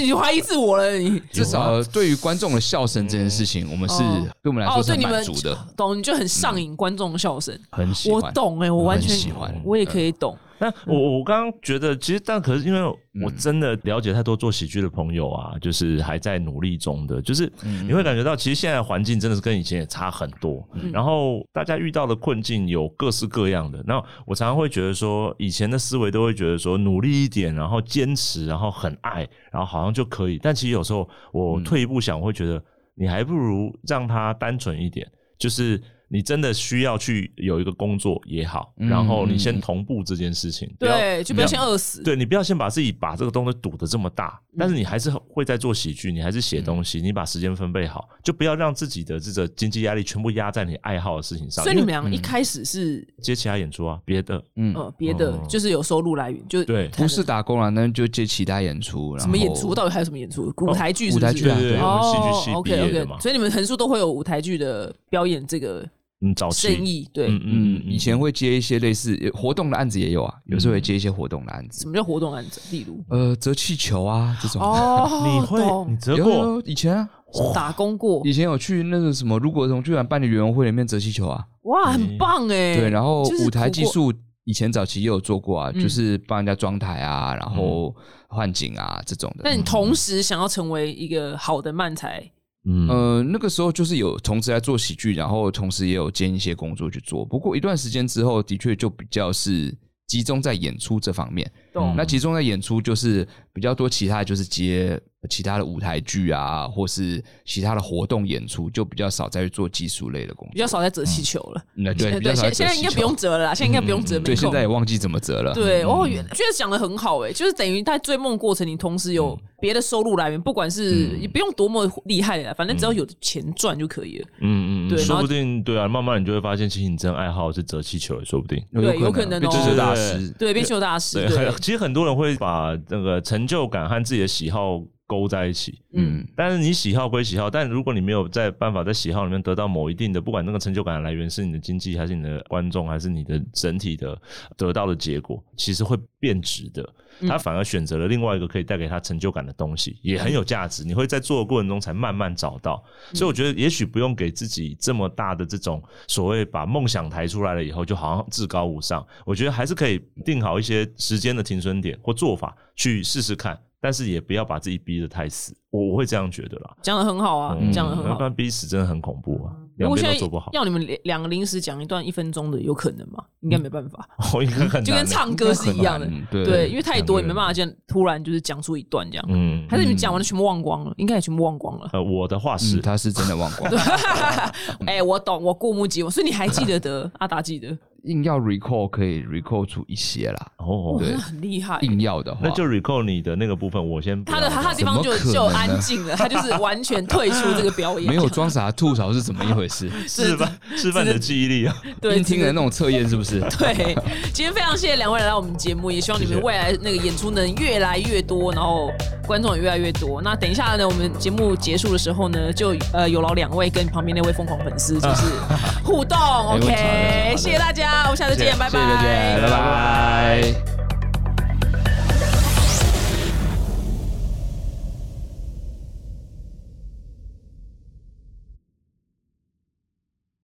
S3: 你 你怀疑自我了，你
S1: 至少对于观众的笑声这件事情，我们是
S3: 哦
S1: 对我们来
S3: 哦
S1: 说，是
S3: 对
S1: 很
S3: 你们
S1: 满足的，
S3: 懂，你就很上瘾观众的笑
S2: 嗯
S3: 声。
S1: 很喜
S3: 我
S1: 欢。
S3: 懂哎，我完
S1: 很喜
S3: 全
S1: 欢
S3: 我也可以懂。
S2: 那我我刚刚觉得，其实但可是因为我真的了解太多做喜剧的朋友啊，就是还在努力中的，就是你会感觉到，其实现在的环境真的是跟以前也差很多。然后大家遇到的困境有各式各样的。那我常常会觉得说，以前的思维都会觉得说，努力一点，然后坚持，然后很爱，然后好像就可以。但其实有时候我退一步想，我会觉得你还不如让它单纯一点，就是。你真的需要去有一个工作也好，
S1: 嗯
S2: 然后你
S1: 嗯
S2: 先
S1: 嗯
S2: 同步这件事情，不要
S3: 对，就不要先饿死。
S2: 对你不要先把自己把这个东西赌的这么大，
S3: 嗯
S2: 但是你还是会在做喜剧，你还是写东西，你把时间分配好，就不要让自己的这个经济压力全部压在你爱好的事情上。
S3: 所以你
S2: 因
S3: 们
S2: 为嗯
S3: 俩一开始是
S2: 接其他演出啊，别的
S1: 嗯
S3: 呃别的
S2: 哦，
S3: 就是有收入来源，就是
S2: 对
S3: 看
S1: 不是打工啦，啊那就接其他演出，然
S3: 什
S1: 后
S3: 么演出，到底还有什么演出？
S2: 哦
S3: 舞台剧是不哦
S1: 舞台
S3: 是？
S1: 剧啊对
S2: 我们戏剧系毕
S3: OK
S2: 业的
S3: OK，
S2: 嘛，
S3: 所以你们横竖都会有舞台剧的表演这个
S2: 嗯，早期
S3: 生意对。哦
S2: 嗯
S1: 嗯
S2: 嗯，嗯，
S1: 以前会接一些类似活动的案子也有啊，有时候会接一些活动的案子
S3: 什，么叫活动案子？例如
S1: 呃，折气球啊这种。
S3: 哦
S2: 你会
S3: 懂
S2: 你折
S1: 有有
S2: 过嗯
S1: 有以前啊，
S3: 打工过
S1: 以前有去那个什么，如果从剧团办的园游会里面折气球啊，
S3: 哇，很棒哎。
S1: 对，然后
S3: 就是
S1: 舞台技
S3: 苦过
S1: 术以前早期也有做过啊，
S3: 嗯
S1: 就是帮人家装台啊，然
S2: 嗯
S1: 后换景啊这种
S3: 那
S1: 的。
S3: 你同时想要成为一个好的漫才，
S2: 嗯
S1: 呃，那个时候就是有同时在做喜剧，然后同时也有兼一些工作去做。不过一段时间之后，的确就比较是集中在演出这方面。
S3: 懂
S1: 那集中在演出就是比较多，其他就是接其他的舞台剧啊，或是其他的活动演出，就比较少再去做技术类的工
S3: 比
S1: 作。
S3: 较少在折气球了。
S1: 那嗯对，
S3: 呃
S1: 比较
S3: 对，
S1: 少
S3: 现
S1: 折
S3: 现在应该
S1: 气
S3: 不用
S1: 球嗯
S3: 折了啦，现在应该不用折，没
S1: 对，现
S3: 空
S1: 在也忘记怎么折了。嗯
S3: 对，哦，原觉得讲的很好哎、就是等于在追梦过程，你同时
S1: 嗯
S3: 有别的收入来源，不管是也不用多么厉害的啦，反正
S1: 嗯
S3: 只要有钱赚就可以了。
S2: 嗯嗯，
S3: 对
S2: 嗯，
S3: 然后
S2: 说不定对啊，慢慢你就会发现，其实你真爱好是折气球，也说不定。
S1: 有
S3: 对有
S1: 可
S3: 可能
S1: 变
S3: 哦
S1: 成是大
S2: 对对
S1: 师。
S3: 对，变秀大师，
S2: 对，
S3: 对嗯
S2: 很， 其实很多人会把那个成就感和自己的喜好勾在一起。
S1: 嗯，
S2: 但是你喜好归喜好，但如果你没有在办法在喜好里面得到某一定的，不管那个成就感的来源是你的经济，还是你的观众，还是你的整体的得到的结果，其实会变质的。他反而选择了另外一个可以带给他成就感的东西，也很有价值。你会在做的过程中才慢慢找到。所以我觉得，也许不用给自己这么大的这种所谓把梦想抬出来了以后，就好像至高无上。我觉得还是可以定好一些时间的停损点或做法去试试看，但是也不要把自己逼得太死。我我会这样觉得啦，嗯
S3: 讲的很好啊，
S1: 嗯
S3: 讲的很
S2: 要不
S3: 好。嗯
S2: 然逼死真的很恐怖啊，
S3: 如
S2: 两
S3: 果现在
S2: 边都做不好，
S3: 要你们两两个临时讲一段一分钟的，有可能吗？应该没办法，
S2: 我应该很难欸
S3: 就跟唱歌是一样的。
S1: 嗯，对
S3: 对，因为太多，
S2: 两个
S3: 你
S2: 人
S3: 没办法这样突然就是讲出一段这样，
S2: 嗯，
S3: 还是你们讲完了全部忘光了，应该也全部忘光了。
S2: 呃，我的话
S1: 嗯
S2: 是，
S1: 他是真的忘光，
S3: 哎、我懂，我过目即忘，所以你还记得啊得，阿达记得，
S1: 硬要 recall 可以 recall 出一些啦，
S2: 哦，
S1: 对哎
S3: 那啊很厉害。
S1: 硬要的话，
S2: 那就 recall 你的那个部分，我先不
S3: 他的
S2: 要
S3: 他的地方就
S1: 怎么可能
S3: 就
S1: 呢
S3: 安静了，他就是完全退出这个表 演，
S1: 没有装傻吐槽是怎么一回事？
S2: 示范示范你的记忆力啊，
S3: 对
S1: 硬听的那种测验是不是？
S3: 对，今天非常谢谢两位来到我们节目，也希望你们
S2: 谢谢
S3: 未来那个演出能越来越多，然后观众也越来越多。那等一下呢，我们节目结束的时候呢，就呃有劳两位跟旁边那位疯狂粉丝就是互动
S1: 问题没问
S3: ，OK，
S1: 题
S3: 谢谢大家，我们下次见，拜
S1: 谢谢大
S3: 拜
S1: 家，拜拜。